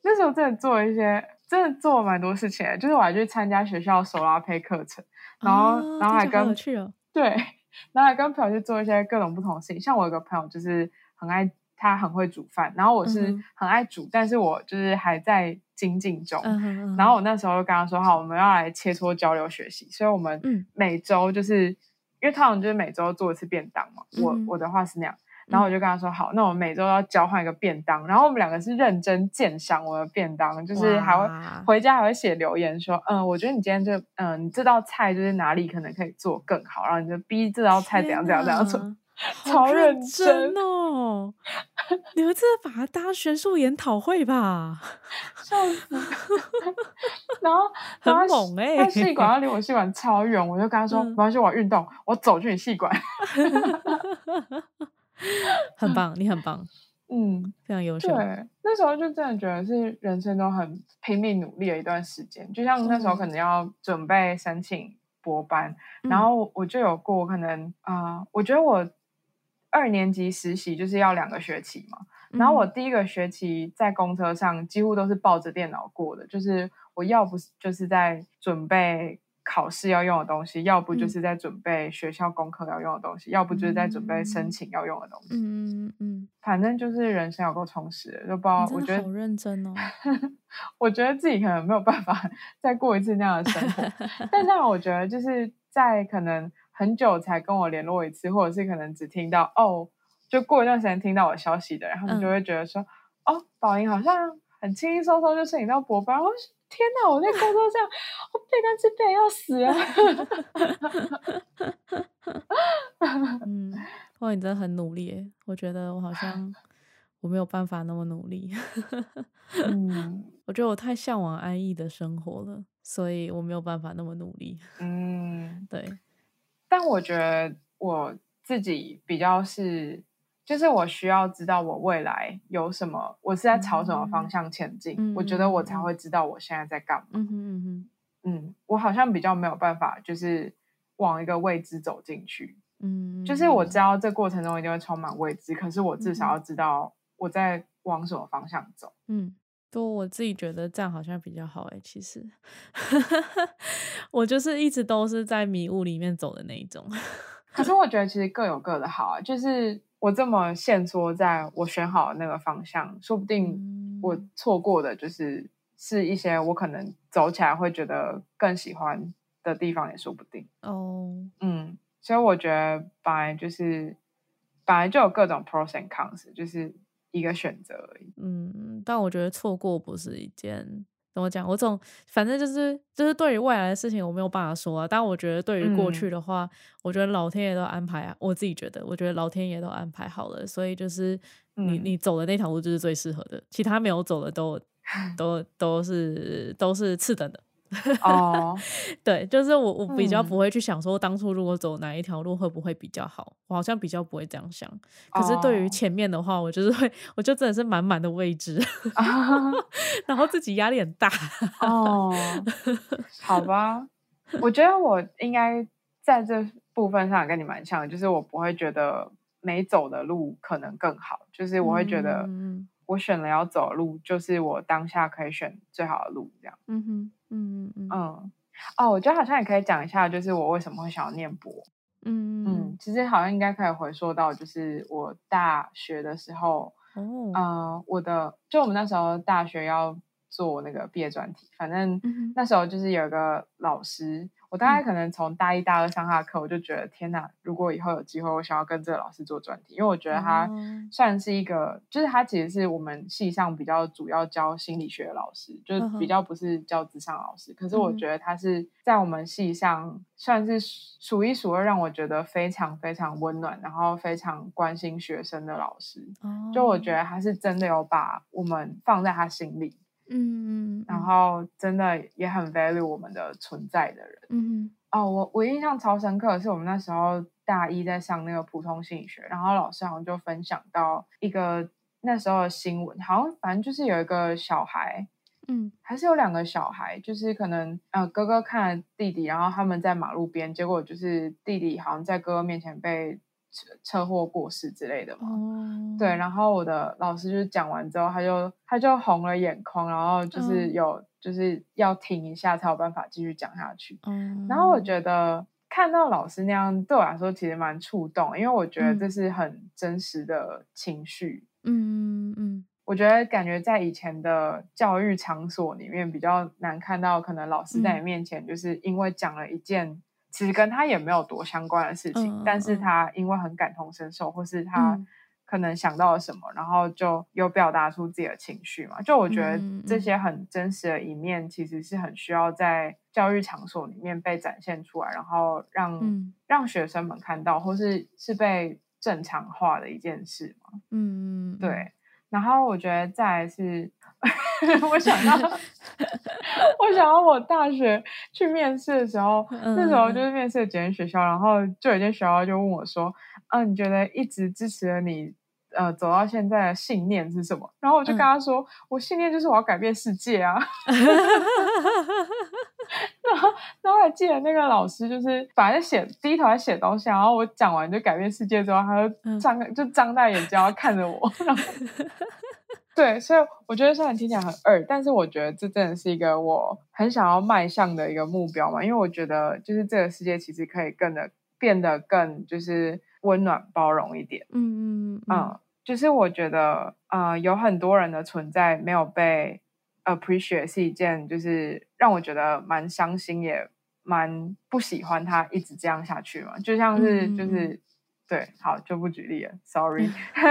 Speaker 1: 那时候真的做一些，真的做了蛮多事情的，就是我还去参加学校手拉胚课程， 然后、
Speaker 2: 哦
Speaker 1: 然后
Speaker 2: 听
Speaker 1: 还
Speaker 2: 起来好有
Speaker 1: 跟
Speaker 2: 趣哦。
Speaker 1: 对，然后还跟朋友去做一些各种不同的事情。像我有个朋友就是很爱，他很会煮饭，然后我是
Speaker 2: 嗯哼
Speaker 1: 很爱煮，但是我就是还在精进中。
Speaker 2: 嗯哼嗯
Speaker 1: 然后
Speaker 2: 哼
Speaker 1: 我那时候就跟他说，好，我们要来切磋交流学习，所以我们
Speaker 2: 嗯
Speaker 1: 每周就是、因为他们就是每周做一次便当嘛，我
Speaker 2: 嗯哼嗯
Speaker 1: 我的话是那样。然后我就跟他说：“好，那我们每周要交换一个便当。”然后我们两个是认真鉴赏我的便当，就是还会
Speaker 2: 哇
Speaker 1: 回家还会写留言说：“嗯，我觉得你今天就嗯，你这道菜就是哪里可能可以做更好，然后你就逼这道菜怎样怎样怎样做。
Speaker 2: 天哪
Speaker 1: 超
Speaker 2: 好
Speaker 1: 认
Speaker 2: 真
Speaker 1: 真
Speaker 2: 哦！你们这是把它当学术研讨会吧？”
Speaker 1: 笑死！ 然后
Speaker 2: 很
Speaker 1: 然后
Speaker 2: 猛欸
Speaker 1: 他细管要离我细管超远，我就跟他说：“
Speaker 2: 嗯
Speaker 1: 没关系，我要运动，我走去你细管。
Speaker 2: 很棒，你很棒，”
Speaker 1: 嗯，
Speaker 2: 非常优秀。
Speaker 1: 对，那时候就真的觉得是人生中很拼命努力的一段时间，就像那
Speaker 2: 嗯
Speaker 1: 时候可能要准备申请博班，然
Speaker 2: 嗯
Speaker 1: 后我就有过可能啊、呃我觉得我二年级实习就是要两个学期嘛，
Speaker 2: 嗯
Speaker 1: 然后我第一个学期在公车上几乎都是抱着电脑过的，就是我要不是就是在准备。考试要用的东西，要不就
Speaker 2: 嗯
Speaker 1: 是在准备学校功课要用的东西，要不就是在准备申
Speaker 2: 嗯
Speaker 1: 请要用的东西。
Speaker 2: 嗯嗯嗯
Speaker 1: 反正就是人生有够充实的，就不知
Speaker 2: 嗯，
Speaker 1: 道哦
Speaker 2: 你，真
Speaker 1: 我觉
Speaker 2: 的好
Speaker 1: 得，
Speaker 2: 认真哦。
Speaker 1: 我觉得自己可能没有办法 再过一次那样的生活。但 让我觉得，就是在可能很久才跟我联络一次，或者是可能只听到哦，就过一段时间听到我消息的人，他们就
Speaker 2: 嗯
Speaker 1: 会觉得说，哦，宝莹好像很轻轻松松就申请到博班。我就说天哪，我在工作上，哦我背单词背得要死啊！
Speaker 2: 嗯，哇，你真的很努力耶！我觉得我好像我没有办法那么努力。
Speaker 1: 嗯
Speaker 2: 我觉得我太向往安逸的生活了，所以我没有办法那么努力。
Speaker 1: 嗯。
Speaker 2: 对，
Speaker 1: 但我觉得我自己比较是，就是我需要知道我未来有什么，我是在朝什么方向前进，
Speaker 2: 嗯
Speaker 1: 我觉得我
Speaker 2: 嗯
Speaker 1: 才
Speaker 2: 嗯
Speaker 1: 会知道我现在在干嘛。
Speaker 2: 嗯哼嗯哼，
Speaker 1: 嗯，我好像比较没有办法，就是往一个未知走进去。
Speaker 2: 嗯，
Speaker 1: 就是我知
Speaker 2: 样，
Speaker 1: 道这过程中一定会充满未知，可是我至少
Speaker 2: 嗯
Speaker 1: 要知道我在往什么方向走。
Speaker 2: 嗯，都我自己觉得这样好像比较好哎、其实 我就是一直都是在迷雾里面走的那一种。
Speaker 1: 可是我觉得其实各有各的好啊，就是我这么限缩在我选好的那个方向，说不定我
Speaker 2: 嗯
Speaker 1: 错过的就是是一些我可能走起来会觉得更喜欢的地方，也说不定。
Speaker 2: 哦，
Speaker 1: 嗯，所以我觉得本来就是本来就有各种 pros and cons，就是一个选择而已。
Speaker 2: 嗯，但我觉得错过不是一件。怎么讲？我总反正就是就是对于未来的事情我没有办法说啊，但我觉得对于过
Speaker 1: 嗯
Speaker 2: 去的话，我觉得老天爷都安排，啊我自己觉得，我觉得老天爷都安排好了，所以就是你、
Speaker 1: 嗯
Speaker 2: 你走的那条路就是最适合的，其他没有走的都都都是都是次等的。
Speaker 1: 哦，
Speaker 2: 对，就是我我比较
Speaker 1: 嗯
Speaker 2: 不会去想说当初如果走哪一条路会不会比较好，我好像比较不会这样想。可是对于
Speaker 1: 哦
Speaker 2: 前面的话，我就是会，我就真的是满满的未知，
Speaker 1: 啊
Speaker 2: 然后自己压力很 大。
Speaker 1: 哦，好吧，我觉得我应该在这部分上跟你蛮像的，就是我不会觉得没走的路可能更好，就是我会觉得
Speaker 2: 嗯
Speaker 1: 我选了要走的路，就是我当下可以选最好的路这样。
Speaker 2: 嗯哼嗯嗯嗯
Speaker 1: 嗯，哦，我觉得好像也可以讲一下，就是我为什么会想要念博。嗯
Speaker 2: 嗯，
Speaker 1: 其实好像应该可以回溯到，就是我大学的时候，
Speaker 2: 嗯哦
Speaker 1: 呃，我的就我们那时候大学要做那个毕业专题，反正
Speaker 2: 嗯哼
Speaker 1: 那时候就是有一个老师，我大
Speaker 2: 嗯
Speaker 1: 概可能从大一大二上他的课，我就觉得天哪，如果以后有机会，我想要跟这个老师做专题，因为我觉得他
Speaker 2: 哦
Speaker 1: 算是一个，就是他其实是我们系上比较主要教心理学的老师，就是
Speaker 2: 嗯哼
Speaker 1: 比较不是教职场老师，可是
Speaker 2: 嗯
Speaker 1: 我
Speaker 2: 哼
Speaker 1: 觉得他是在我们系上算是数一数二，让我觉得非常非常温暖，然后非常关心学生的老师。
Speaker 2: 哦
Speaker 1: 就我觉得他是真的有把我们放在他心里，
Speaker 2: 嗯嗯，
Speaker 1: 然
Speaker 2: 嗯
Speaker 1: 后真的也很 value 我们的存在的人。
Speaker 2: 嗯
Speaker 1: 哦，我我印象超深刻的是，我们那时候大一在上那个普通心理学，然后老师好像就分享到一个那时候的新闻，好像反正就是有一个小孩，
Speaker 2: 嗯
Speaker 1: 还是有两个小孩，就是可能呃哥哥看了弟弟，然后他们在马路边，结果就是弟弟好像在哥哥面前被车车祸过世之类的嘛。
Speaker 2: 哦
Speaker 1: 对，然后我的老师就是讲完之后，他就他就红了眼眶，然后就是
Speaker 2: 嗯
Speaker 1: 有、就是要停一下才有办法继续讲下去。
Speaker 2: 后
Speaker 1: 然后我觉得看到老师那样，对我来说其实蛮触动，因为我觉得这
Speaker 2: 嗯
Speaker 1: 是很真实的情绪。
Speaker 2: 嗯嗯嗯
Speaker 1: 我觉得感觉在以前的教育场所里面比较难看到，可能老师在你
Speaker 2: 嗯
Speaker 1: 面前就是因为讲了一件其实跟他也没有多相关的事情，
Speaker 2: 嗯
Speaker 1: 但
Speaker 2: 嗯
Speaker 1: 是
Speaker 2: 嗯
Speaker 1: 他因为很感同身受，或是他
Speaker 2: 嗯
Speaker 1: 可能想到了什么，然后就有表达出自己的情绪嘛。就我觉得
Speaker 2: 嗯嗯
Speaker 1: 这
Speaker 2: 嗯
Speaker 1: 些很真实的一面，其实是很需要在教育场所里面被展现出来，然后让、
Speaker 2: 嗯
Speaker 1: 让学生们看到，或是是被正常化的一件事嘛。
Speaker 2: 嗯嗯
Speaker 1: 对。然后我觉得再来是， 我想到， 我想到我大学去面试的时候，那时候
Speaker 2: 嗯嗯嗯
Speaker 1: 就是面试几间学校，然后就有一间学校就问我说：“啊，你觉得一直支持了你呃走到现在的信念是什么？”然后我就跟
Speaker 2: 嗯
Speaker 1: 他说：“我信念就是我要改变世界啊。”然后我还记得那个老师就是本来在写第一头在写东西，然后我讲完就改变世界之后，他就
Speaker 2: 嗯
Speaker 1: 张、就张大眼睛然后看着我， 然后对，所以我觉得虽然听起来很二，但是我觉得这真的是一个我很想要迈向的一个目标嘛，因为我觉得就是这个世界其实可以更的变得更就是温暖包容一点，
Speaker 2: 嗯嗯
Speaker 1: 嗯，就是我觉得呃有很多人的存在没有被 appreciate 是一件就是让我觉得蛮伤心也蛮不喜欢他一直这样下去嘛，就像是
Speaker 2: 嗯嗯
Speaker 1: 就
Speaker 2: 嗯
Speaker 1: 是、对，好就不举例了，sorry，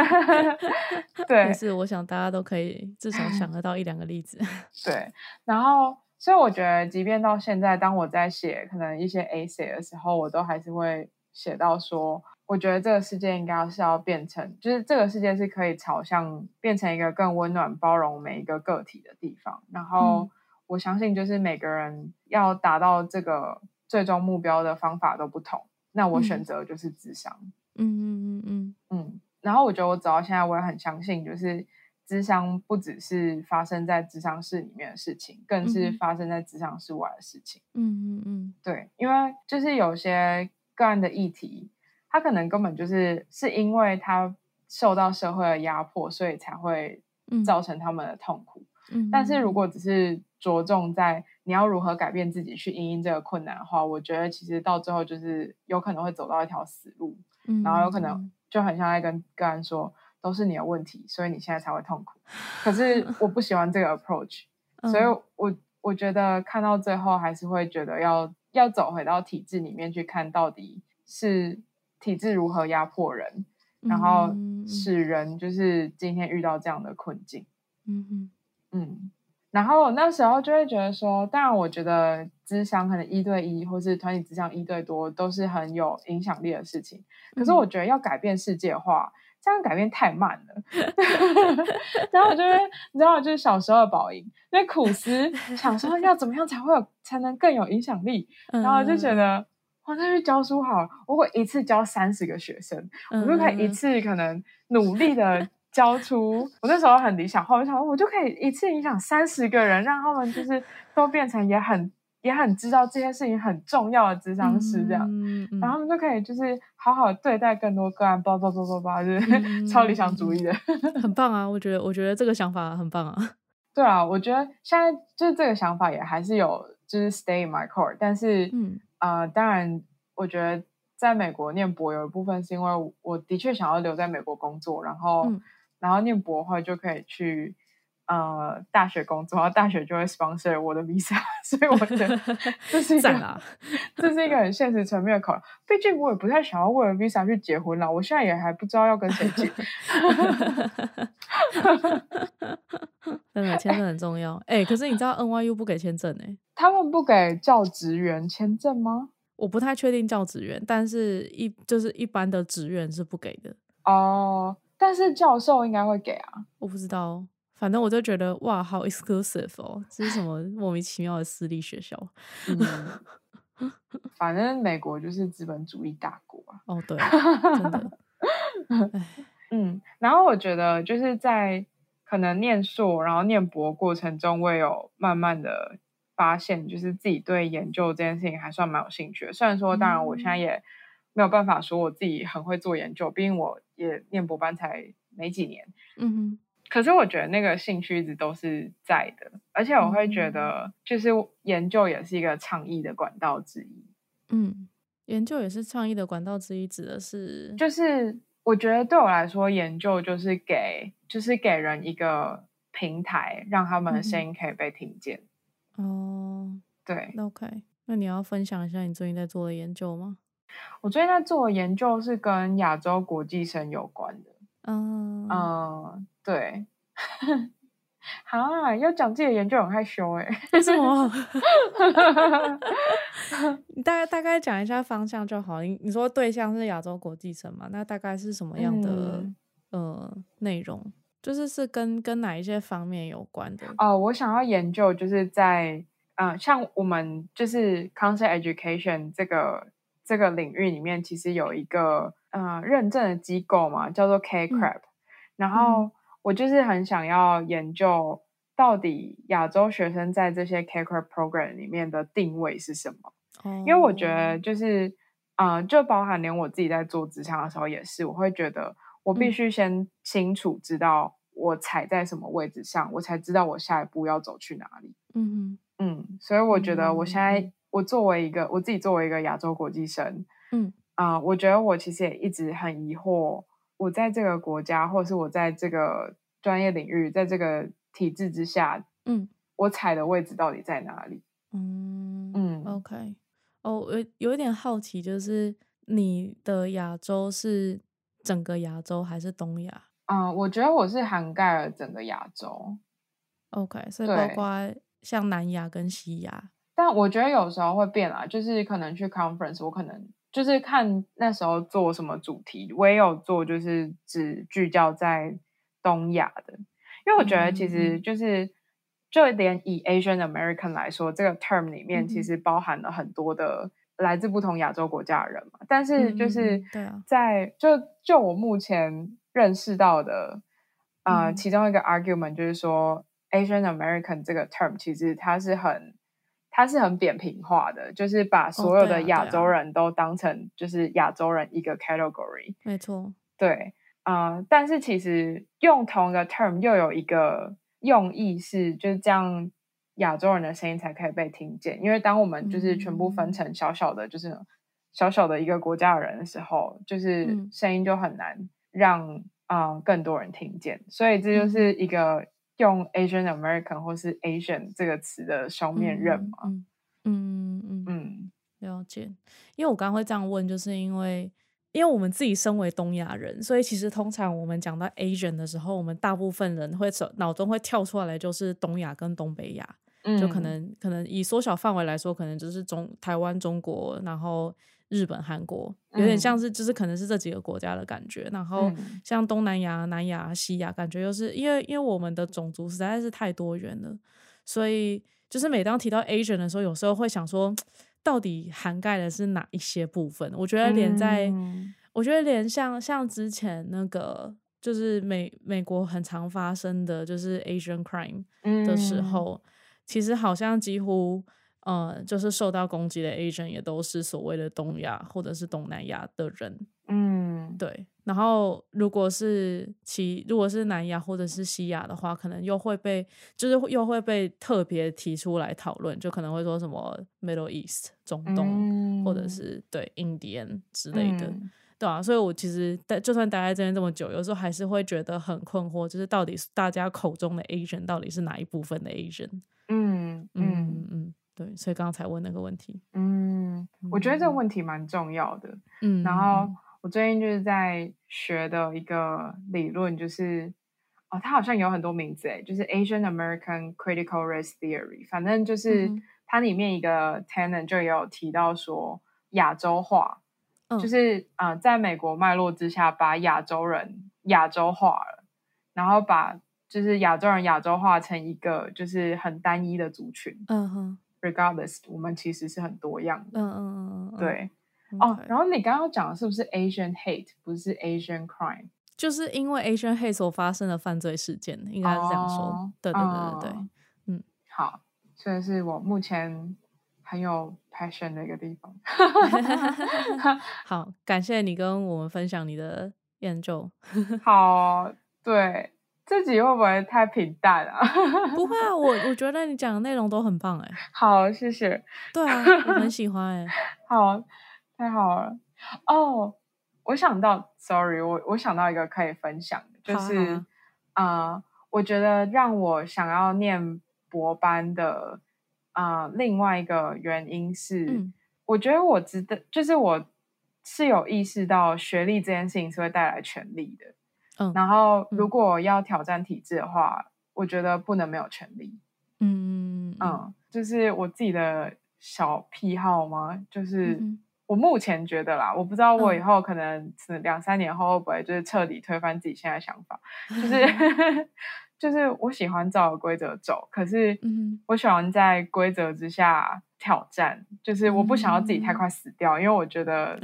Speaker 2: 但
Speaker 1: 对
Speaker 2: 是我想大家都可以至少 想得到一两个例子。
Speaker 1: 对，然后。所以我觉得，即便到现在，当我在写可能一些 A C 的时候，我都还是会写到说，我觉得这个世界应该是要变成，就是这个世界是可以朝向变成一个更温暖、包容每一个个体的地方。然后
Speaker 2: 嗯
Speaker 1: 我相信，就是每个人要达到这个最终目标的方法都不同。那我选
Speaker 2: 嗯
Speaker 1: 择就是智商，
Speaker 2: 嗯嗯嗯
Speaker 1: 嗯，然后我觉得我走到现在，我也很相信，就是智商不只是发生在智商室里面的事情，更是
Speaker 2: 嗯哼
Speaker 1: 发生在智商室外的事情。
Speaker 2: 嗯嗯嗯
Speaker 1: 对，因为就是有些个案的议题，他可能根本就是是因为他受到社会的压迫，所以才会
Speaker 2: 嗯
Speaker 1: 造成他们的痛苦。
Speaker 2: 嗯
Speaker 1: 但是如
Speaker 2: 哼
Speaker 1: 果只是着重在你要如何改变自己去因应这个困难的话，我觉得其实到最后就是有可能会走到一条死路，然后有可能
Speaker 2: 嗯
Speaker 1: 就很像在跟个案说，都是你的问题，所以你现在才会痛苦。可是我不喜欢这个 approach，所以
Speaker 2: 嗯
Speaker 1: 我我觉得看到最后还是会觉得要要走回到体制里面去看到底是体制如何压迫人，然后
Speaker 2: 嗯嗯
Speaker 1: 使人就是今天遇到这样的困境。
Speaker 2: 嗯哼
Speaker 1: 嗯，然后我那时候就会觉得说，当然我觉得咨商可能一对一或是团体咨商一对多都是很有影响力的事情，可
Speaker 2: 嗯
Speaker 1: 是我觉得要改变世界化，这样改变太慢了。 然后我就会，你知道，就是小时候的宝莹，那苦思想说要怎么样才会有才能更有影响力，
Speaker 2: 嗯，
Speaker 1: 然后我就觉得。我再去教书好了，如果一次教三十个学生，
Speaker 2: 嗯
Speaker 1: 我就可以一
Speaker 2: 嗯
Speaker 1: 次可能努力的教出。我那时候很理想化，我想说我就可以一次影响三十个人，让他们就是都变成也很也很知道这件事情很重要的智商师这样。
Speaker 2: 嗯嗯
Speaker 1: 然后他们就可以就是好好对待更多个案，叭叭叭叭叭，就是、
Speaker 2: 嗯
Speaker 1: 超理想主义的。
Speaker 2: 很棒啊！我觉得，我觉得这个想法很棒啊。
Speaker 1: 对啊，我觉得现在就是这个想法也还是有，就是 stay in my core。但是，
Speaker 2: 嗯，
Speaker 1: 呃，当然，我觉得在美国念博有一部分是因为我我的确想要留在美国工作，然后，
Speaker 2: 嗯
Speaker 1: 然后念博的话就可以去呃大学工作，然后大学就会 sponsor 我的 visa，所 以我觉得这是一
Speaker 2: 赞啊
Speaker 1: 个
Speaker 2: 啦！
Speaker 1: 这是一个很现实层面的考量。毕竟我也不太想要为了 visa 去结婚啦，我现在也还不知道要跟谁结。
Speaker 2: 真的签证很重要。哎、可是你知道 NYU 不给签证哎、
Speaker 1: 他们不给教职员签证吗？
Speaker 2: 我不太确定教职员，但是一就是一般的职员是不给的。
Speaker 1: 哦，但是教授应该会给啊。
Speaker 2: 我不知道哦，反正我就觉得哇，好 exclusive 哦，这是什么莫名其妙的私立学校？
Speaker 1: 嗯， 反正美国就是资本主义大国啊。
Speaker 2: 哦，对，真的，
Speaker 1: 嗯，然后我觉得就是在可能念硕，然后念博过程中，我也有慢慢的发现，就是自己对研究这件事情还算蛮有兴趣的。虽然说，当然我现在
Speaker 2: 嗯
Speaker 1: 也没有办法说我自己很会做研究，毕竟我也念博班才没几年。
Speaker 2: 嗯哼，
Speaker 1: 可是我觉得那个兴趣一直都是在的，而且我会觉
Speaker 2: 嗯
Speaker 1: 得，就是研究也是一个倡议的管道之一。
Speaker 2: 嗯，研究也是倡议的管道之一，指的是
Speaker 1: 就是我觉得对我来说，研究就是给就是给人一个平台，让他们的声音可以被听见。
Speaker 2: 哦，
Speaker 1: 对
Speaker 2: 那 OK，那你要分享一下你最近在做的研究吗？
Speaker 1: 我最近在做的研究是跟亚洲国际生有关的。
Speaker 2: 嗯，
Speaker 1: 嗯、 对。 啊，要讲自己的研究很害羞哎、
Speaker 2: 为 什么？你大概大概讲一下方向就好。你你说对象是亚洲国际生嘛？那大概是什么样的、
Speaker 1: 嗯
Speaker 2: 呃内容？就是是跟跟哪一些方面有关的？
Speaker 1: 哦，我想要研究就是在呃，像我们就是 concept education 这个这个领域里面，其实有一个呃认证的机构嘛，叫做 KCRAB、然后我就是很想要研究到底亚洲学生在这些 KCRAB program 里面的定位是什么。
Speaker 2: 哦，
Speaker 1: 因为我觉得就是，呃，就包含连我自己在做职场的时候也是，我会觉得我必
Speaker 2: 嗯
Speaker 1: 须先清楚知道我踩在什么位置上，我才知道我下一步要走去哪里。
Speaker 2: 嗯
Speaker 1: 嗯，所以我觉得我现在
Speaker 2: 嗯，
Speaker 1: 我作为一个我自己作为一个亚洲国际生，
Speaker 2: 哼嗯
Speaker 1: 啊、我觉得我其实也一直很疑惑，我在这个国家，或者是我在这个专业领域，在这个体制之下，
Speaker 2: 嗯
Speaker 1: 我踩的位置到底在哪里？
Speaker 2: 嗯
Speaker 1: 嗯
Speaker 2: OK。哦，我有一点好奇，就是你的亚洲是整个亚洲还是东亚
Speaker 1: 啊、我觉得我是涵盖了整个亚洲，
Speaker 2: ？OK，所以包
Speaker 1: 对
Speaker 2: 括像南亚跟西亚。
Speaker 1: 但我觉得有时候会变啦，就是可能去 conference，我可能就是看那时候做什么主题，我也有做，就是只聚焦在东亚的，因为我觉得其实
Speaker 2: 嗯
Speaker 1: 就是、就连以 Asian American 来说，这个 term 里面
Speaker 2: 嗯
Speaker 1: 其
Speaker 2: 哼
Speaker 1: 实包含了很多的来自不同亚洲国家的人嘛，但是就
Speaker 2: 嗯嗯
Speaker 1: 是
Speaker 2: 嗯对啊
Speaker 1: 在就就我目前认识到的，呃，
Speaker 2: 嗯
Speaker 1: 其中一个 argument 就是说 Asian American 这个 term 其实它是很它是很扁平化的，就是把所有
Speaker 2: 对啊
Speaker 1: 的
Speaker 2: 对
Speaker 1: 亚洲
Speaker 2: 啊
Speaker 1: 人都当成就是亚洲人一个 category，
Speaker 2: 没错，
Speaker 1: 呃对，啊，但是其实用同一个 term 又有一个用意是就是这样，亚洲人的声音才可以被听见。因为当我们就是全部
Speaker 2: 嗯
Speaker 1: 分成小小的，就是小小的一个国家的人的时候，就是
Speaker 2: 嗯
Speaker 1: 声音就很难让啊、呃更多人听见。所以
Speaker 2: 嗯
Speaker 1: 这就是一个用 Asian American 或是 Asian 这个词的双面刃嘛。
Speaker 2: 嗯嗯嗯嗯，
Speaker 1: 嗯
Speaker 2: 了解。因为我刚刚会这样问，就是因为因为我们自己身为东亚人，所以其实通常我们讲到 Asian 的时候，我们大部分人会手脑中会跳出来的就是东亚跟东北亚。
Speaker 1: 嗯，
Speaker 2: 就可能可能以缩小范围来说，可能就是中台湾、中国，然后日本、韩国，有点像是就是可能是这几个国家的感觉。然后
Speaker 1: 嗯
Speaker 2: 像东南亚、南亚、西亚，感觉又是因为因为我们的种族实在是太多元了，所以就是每当提到 Asian 的时候，有时候会想说，到底涵盖的是哪一些部分？我觉得连在、
Speaker 1: 嗯
Speaker 2: 我觉得连像像之前那个。就是美美国很常发生的就是 Asian crime，的时
Speaker 1: 嗯
Speaker 2: 候，其实好像几乎呃，就是受到攻击的 agent 也都是所谓的东亚或者是东南亚的人，
Speaker 1: 嗯
Speaker 2: 对。然后如果是其如果是南亚或者是西亚的话，可能又会被就是会又会被特别提出来讨论，就可能会说什么 Middle East 中东，或者
Speaker 1: 嗯
Speaker 2: 是对印第安之类的。
Speaker 1: 嗯
Speaker 2: 对啊，所以我其实待就算待在这边这么久，有时候还是会觉得很困惑，就是到底是大家口中的 Asian 到底是哪一部分的 Asian？
Speaker 1: 嗯嗯
Speaker 2: 嗯嗯，对，所以刚才问那个问题，
Speaker 1: 嗯，我觉得这个
Speaker 2: 嗯
Speaker 1: 问题蛮重要的。
Speaker 2: 嗯，
Speaker 1: 然后我最近就是在学的一个理论，就是哦，它好像有很多名字欸诶，就是 Asian American Critical Race Theory，反正就是
Speaker 2: 嗯哼
Speaker 1: 它里面一个 tenant 就也有提到说亚洲化，
Speaker 2: 嗯
Speaker 1: 就是呃，在美国脉络之下，把亚洲人亚洲化了，然后把就是亚洲人亚洲化成一个就是很单一的族群
Speaker 2: 嗯哼，
Speaker 1: ，regardless 我们其实是很多样的，
Speaker 2: 嗯嗯嗯嗯，嗯，
Speaker 1: 对。哦
Speaker 2: OK，
Speaker 1: 然后你刚刚讲的是不是 Asian hate，不是 Asian crime？
Speaker 2: 就是因为 Asian hate 所发生的犯罪事件，应该是这样说
Speaker 1: 哦，
Speaker 2: 对对对对对
Speaker 1: 嗯，好，这是我目前很有 passion 的一个地方。哦
Speaker 2: 好，感谢你跟我们分享你的研究。
Speaker 1: 好，对，这集会不会太平淡啊？
Speaker 2: 不会啊，我我觉得你讲的内容都很棒哎、
Speaker 1: 好，谢谢。
Speaker 2: 对啊，我很喜欢哎、
Speaker 1: 好，太好了。哦，我想到，sorry，我我想到一个可以分享的，就
Speaker 2: 好啊好
Speaker 1: 是啊、呃我觉得让我想要念博班的啊、呃另外一个原因 是，
Speaker 2: 嗯
Speaker 1: 我觉得我值得，就是我是有意识到学历这件事情是会带来权利的。
Speaker 2: 嗯
Speaker 1: 然后，如
Speaker 2: 嗯
Speaker 1: 果要挑战体制的话，我觉得不能没有权利。
Speaker 2: 嗯嗯嗯
Speaker 1: 嗯，就是我自己的小癖好吗？就是
Speaker 2: 嗯哼
Speaker 1: 我目前觉得啦，我不知道我以
Speaker 2: 嗯
Speaker 1: 后可能是两三年后会不会就是彻底推翻自己现在的想 法，就是就是我喜欢照着规则走，可是
Speaker 2: 嗯
Speaker 1: 我喜欢在规则之下挑战，就是我不想要自己
Speaker 2: 嗯
Speaker 1: 太快死掉，因为我觉 得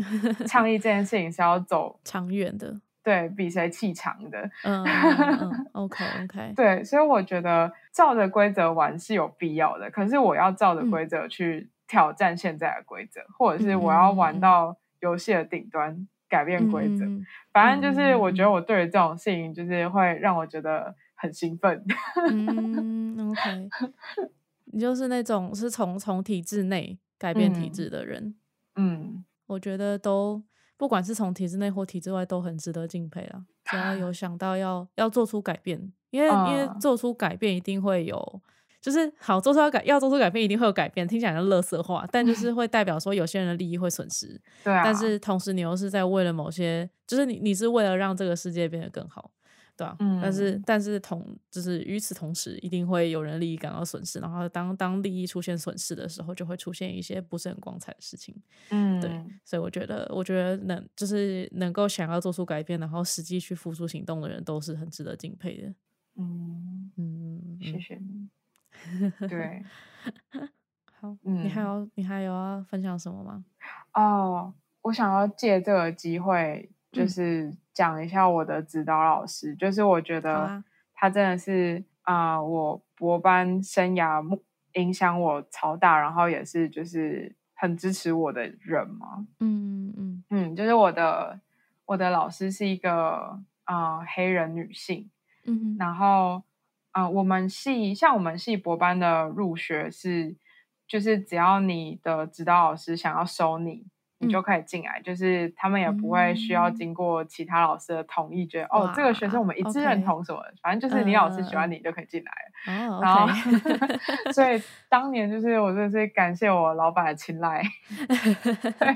Speaker 1: 倡议这件事情是要走
Speaker 2: 长远的，
Speaker 1: 对比谁气长的，
Speaker 2: 嗯嗯嗯，OK OK，
Speaker 1: 对，所以我觉得照着规则玩是有必要的，可是我要照着
Speaker 2: 嗯
Speaker 1: 规则去挑战现在的规则，或者是我要
Speaker 2: 嗯嗯嗯
Speaker 1: 玩到游戏的顶端，改变规则。
Speaker 2: 嗯
Speaker 1: 反正就是我觉得
Speaker 2: 嗯
Speaker 1: 我对于这种事情，就是会让我觉得很兴奋。
Speaker 2: 嗯嗯 OK，你就是那种是从从体制内改变体
Speaker 1: 嗯
Speaker 2: 制的人，
Speaker 1: 嗯，
Speaker 2: 我觉得都不管是从体制内或体制外都很值得敬佩啦。只 要有想到要要做出改变，因为、因为
Speaker 1: 嗯
Speaker 2: 做出改变一定会有。就是好做出要改要做出改变，一定会有改变。听起来像垃圾话，但就 是会代表说有些人的利益会损失。
Speaker 1: 对啊，
Speaker 2: 但是同时你又是在为了某些，就是你你是为了让这个世界变得更好，对吧、但是
Speaker 1: 嗯
Speaker 2: 但是同就是与此同时，一定会有人利益感到损失，然后当当利益出现损失的时候，就会出现一些不是很光彩的事情。
Speaker 1: 嗯，
Speaker 2: 对所以我觉得，我觉得能就是能够想要做出改变，然后实际去付出行动的人，都是很值得敬佩的。
Speaker 1: 嗯，
Speaker 2: 嗯，嗯
Speaker 1: 谢
Speaker 2: 嗯
Speaker 1: 谢 你。对
Speaker 2: 好，你
Speaker 1: 嗯
Speaker 2: 还有你还有要分享什么吗？
Speaker 1: 哦，我想要借这个机会，就
Speaker 2: 嗯
Speaker 1: 是讲一下我的指导老师，就是我觉
Speaker 2: 好
Speaker 1: 得
Speaker 2: 啊
Speaker 1: 他真的是啊、呃我博班生涯目影响我超大，然后也是就是很支持我的人嘛。
Speaker 2: 嗯嗯
Speaker 1: 嗯，就是我的我的老师是一个啊、呃黑人女性，
Speaker 2: 嗯嗯哼，
Speaker 1: 然后啊、我们系像我们系博班的入学是，就是只要你的指导老师想要收你，你就
Speaker 2: 嗯
Speaker 1: 可以进来，就是他们也不会需要经过其他老师的同意，觉得哦这个学生我们一
Speaker 2: 哇
Speaker 1: 致
Speaker 2: ，OK
Speaker 1: 认同什么，反正就是你老师喜
Speaker 2: 嗯嗯
Speaker 1: 欢你就可以进来了。
Speaker 2: 哦
Speaker 1: 然 后
Speaker 2: ，OK，
Speaker 1: 所以当年就是我真的是感谢我老板的青睐， 对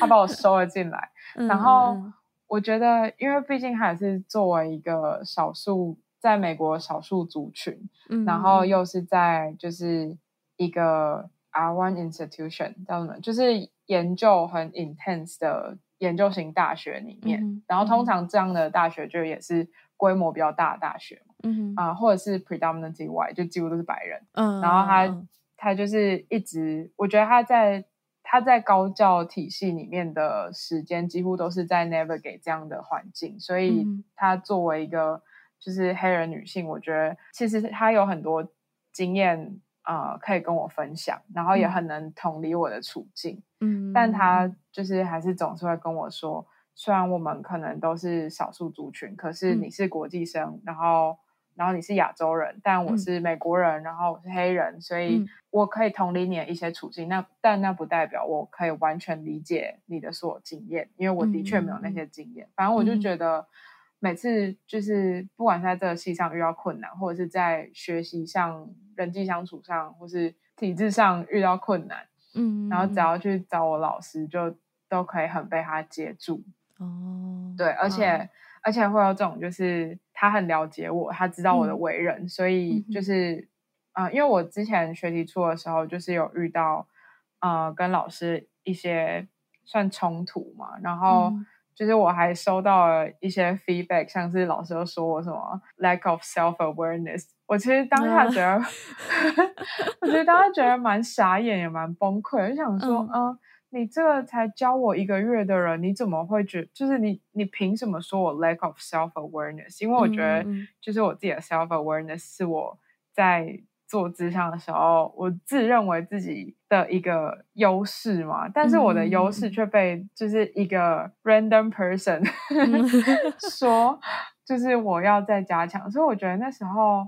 Speaker 1: 他把我收了进来。
Speaker 2: 嗯
Speaker 1: 然后
Speaker 2: 嗯
Speaker 1: 我觉得，因为毕竟还是作为一个少数在美国少数族群，
Speaker 2: 嗯
Speaker 1: 然后
Speaker 2: 嗯
Speaker 1: 又是在就是一个 R one institution 叫什么，就是研究很 intense 的研究型大学里面，
Speaker 2: 嗯哼
Speaker 1: 然后
Speaker 2: 嗯哼
Speaker 1: 通常这样的大学就也是规模比较大的大学嘛
Speaker 2: 嗯哼
Speaker 1: 啊、或者是 predominantly white，就几乎都是白人。
Speaker 2: 嗯，
Speaker 1: 然后他、
Speaker 2: 嗯
Speaker 1: 他就是一直，我觉得他在他在高教体系里面的时间几乎都是在 navigate 这样的环境，所以
Speaker 2: 嗯哼
Speaker 1: 他作为一个就是黑人女性，我觉得其实她有很多经验啊、呃可以跟我分享，然后也
Speaker 2: 嗯
Speaker 1: 很能同理我的处境，
Speaker 2: 嗯，
Speaker 1: 但他就是还是总是会跟我说。虽然我们可能都是少数族群，可是
Speaker 2: 嗯
Speaker 1: 你是国际生，然后然后你是亚洲人，但我
Speaker 2: 嗯
Speaker 1: 是美国人，然后我是黑人，所以
Speaker 2: 嗯
Speaker 1: 我可以同理你的一些处境。那但那不代表我可以完全理解你的所有经验，因为我的确没有那些经验。反正我就
Speaker 2: 嗯
Speaker 1: 觉得，每次就是不管是在这个戏上遇到困难，或者是在学习上、人际相处上，或是体制上遇到困难，
Speaker 2: 嗯，
Speaker 1: 然后只
Speaker 2: 嗯
Speaker 1: 要去找我老师，就都可以很被他接住。
Speaker 2: 哦，
Speaker 1: 对，而
Speaker 2: 哇
Speaker 1: 且而且会有这种，就是他很了解我，他知道我的
Speaker 2: 嗯
Speaker 1: 为人，所以
Speaker 2: 嗯哼
Speaker 1: 就是，呃，因为我之前学习处的时候，就是有遇到，呃，跟老师一些算冲突嘛，然后。
Speaker 2: 嗯
Speaker 1: 就是我还收到了一些 feedback，像是老师都说我什么 lack of self awareness。我其实当下
Speaker 2: 啊
Speaker 1: 觉得， 我觉得当下觉得蛮傻眼，也蛮崩溃，就想说，
Speaker 2: 嗯
Speaker 1: 嗯、你这个才教我一个月的人，你怎么会觉就是你你凭什么说我 lack of self awareness？因为我觉得
Speaker 2: 嗯嗯嗯
Speaker 1: 就是我自己的 self awareness 是我在做智商的时候，我自认为自己的一个优势嘛，但是我的优
Speaker 2: 嗯嗯嗯
Speaker 1: 势
Speaker 2: 嗯
Speaker 1: 却被就是一个 random person
Speaker 2: 嗯
Speaker 1: 说，就是我要再加强，所以我觉得那时候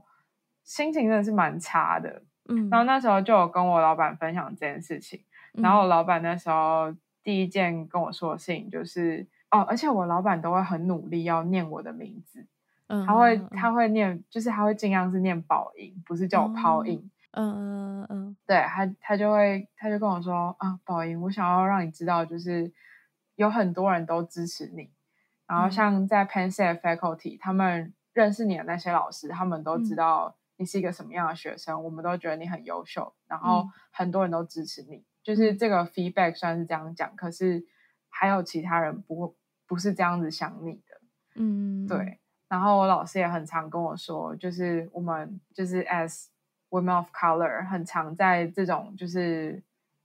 Speaker 1: 心情真的是蛮差的。
Speaker 2: 嗯，
Speaker 1: 然后那时候就有跟我老板分享这件事情。然后我老板那时候第一件跟我说的事情就是，哦，而且我老板都会很努力要念我的名字，
Speaker 2: 嗯
Speaker 1: 他会
Speaker 2: 嗯
Speaker 1: 他会念，就是他会尽量是念宝音，不是叫我抛音。
Speaker 2: 嗯嗯嗯
Speaker 1: 对他，他就会他就跟我说啊，宝音，我想要让你知道，就是有很多人都支持你，然后
Speaker 2: 嗯
Speaker 1: 像在 Penn State faculty，他们认识你的那些老师，他们都知
Speaker 2: 嗯
Speaker 1: 道你是一个什么样的学生，我们都觉得你很优秀，然后
Speaker 2: 嗯
Speaker 1: 很多人都支持你，就是
Speaker 2: 嗯
Speaker 1: 这个 feedback 虽然是这样讲，可是还有其他人不不是这样子想你的，
Speaker 2: 嗯，嗯
Speaker 1: 对，，然后我老师也很常跟我说，就是我们就是 as women of color，很常在这种就是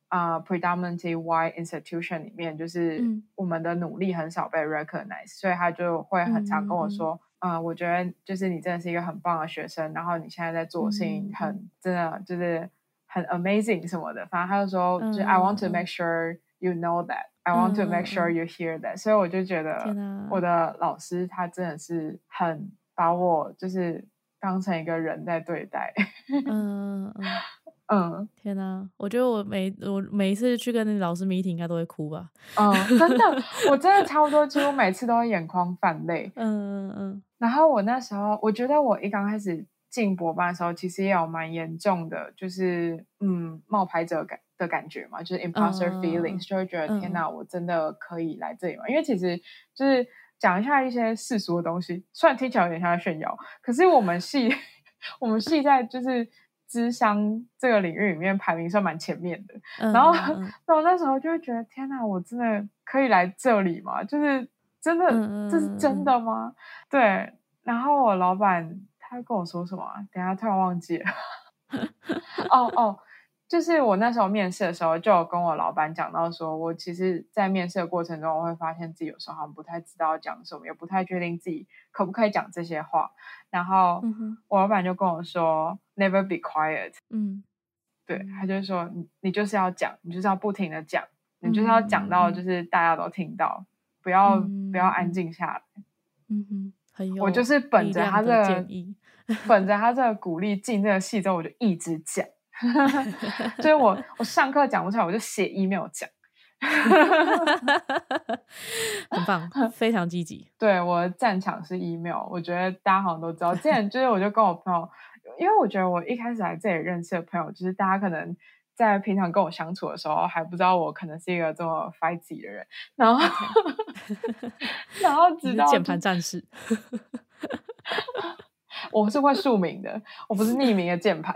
Speaker 1: 啊、呃 predominantly white institution 里面，就是
Speaker 2: 嗯
Speaker 1: 我们的努力很少被 recognize，所以他就会很常跟
Speaker 2: 嗯
Speaker 1: 我
Speaker 2: 嗯
Speaker 1: 说。啊、我觉得就是你真的是一个很棒的学生，然后你现在在做的事情
Speaker 2: 嗯
Speaker 1: 很、真的就是很 amazing 什么的，反正他就说，就是
Speaker 2: 嗯
Speaker 1: I want to
Speaker 2: 嗯嗯
Speaker 1: make sure you know that, I want to
Speaker 2: 嗯嗯
Speaker 1: make sure
Speaker 2: 嗯
Speaker 1: you hear that，、所以我就觉得
Speaker 2: 天哪
Speaker 1: 我的老师他真的是很把我就是当成一个人在对待，
Speaker 2: 嗯嗯嗯，
Speaker 1: 嗯
Speaker 2: 天哪，我觉得我每我每一次去跟老师 meeting 应该都会哭吧，
Speaker 1: 嗯，真的，我真的差不多几乎每次都会眼眶泛泪。
Speaker 2: 嗯嗯
Speaker 1: 然后我那时候，我觉得我一刚开始进博班的时候，其实也有蛮严重的，就是嗯冒牌者感的感觉嘛，就是 imposter
Speaker 2: 嗯嗯嗯
Speaker 1: feelings，、就会觉得
Speaker 2: 嗯
Speaker 1: 天
Speaker 2: 嗯
Speaker 1: 哪，我真的可以来这里吗？因为其实就是讲一下一些世俗的东西，虽然听起来有点像在炫耀，可是我们系 我们系在就是智商这个领域里面排名算蛮前面的，
Speaker 2: 嗯，
Speaker 1: 然后
Speaker 2: 嗯嗯
Speaker 1: 那我那时候就会觉得，天哪，我真的可以来这里吗？就是真的，
Speaker 2: 嗯
Speaker 1: 这是
Speaker 2: 嗯
Speaker 1: 真的吗？对。然后我老板他跟我说什么、啊？等一下突然忘记了。 哦哦，就是我那时候面试的时候，就有跟我老板讲到说，我其实，在面试的过程中，我会发现自己有时候好像不太知道要讲什么，也不太确定自己可不可以讲这些话。然后
Speaker 2: 嗯哼
Speaker 1: 我老板就跟我说，Never be quiet。
Speaker 2: 嗯
Speaker 1: 对，他
Speaker 2: 嗯
Speaker 1: 就说你你就是要讲，你就是要不停的讲，你就是要
Speaker 2: 嗯
Speaker 1: 讲
Speaker 2: 嗯
Speaker 1: 到
Speaker 2: 嗯
Speaker 1: 就是大家都听到，不要、不要
Speaker 2: 嗯
Speaker 1: 安
Speaker 2: 嗯
Speaker 1: 静下来。
Speaker 2: 嗯哼，很有
Speaker 1: 我就是本着
Speaker 2: 力量
Speaker 1: 他
Speaker 2: 的
Speaker 1: 的
Speaker 2: 建议，
Speaker 1: 本着他这个鼓励进这个戏之后，我就一直讲， 所以我我上课讲不出来，我就写 email 讲。
Speaker 2: 很棒，非常积极。
Speaker 1: 对我的战场是 email，我觉得大家好像都知道。之前就是我就跟我朋友，因为我觉得我一开始来这里认识的朋友，就是大家可能在平常跟我相处的时候还不知道我可能是一个这么 fighty 的人，然后 然后
Speaker 2: 你
Speaker 1: 直
Speaker 2: 是
Speaker 1: 到
Speaker 2: 键
Speaker 1: 就
Speaker 2: 盘战士，
Speaker 1: 我是会署名的，我不是匿名的键盘，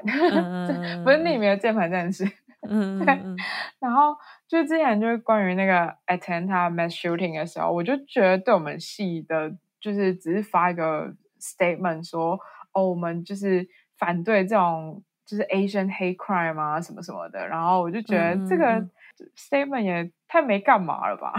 Speaker 2: 嗯
Speaker 1: 不是匿名的键盘战士。
Speaker 2: 嗯嗯嗯
Speaker 1: 然后就之前就是关于那个 Atlanta mass shooting 的时候，我就觉得对我们系的，就是只是发一个 statement 说，哦，我们就是反对这种就是 Asian hate crime 啊什么什么的。然后我就觉得这
Speaker 2: 嗯嗯
Speaker 1: 个
Speaker 2: 嗯
Speaker 1: statement 也太没干嘛了吧。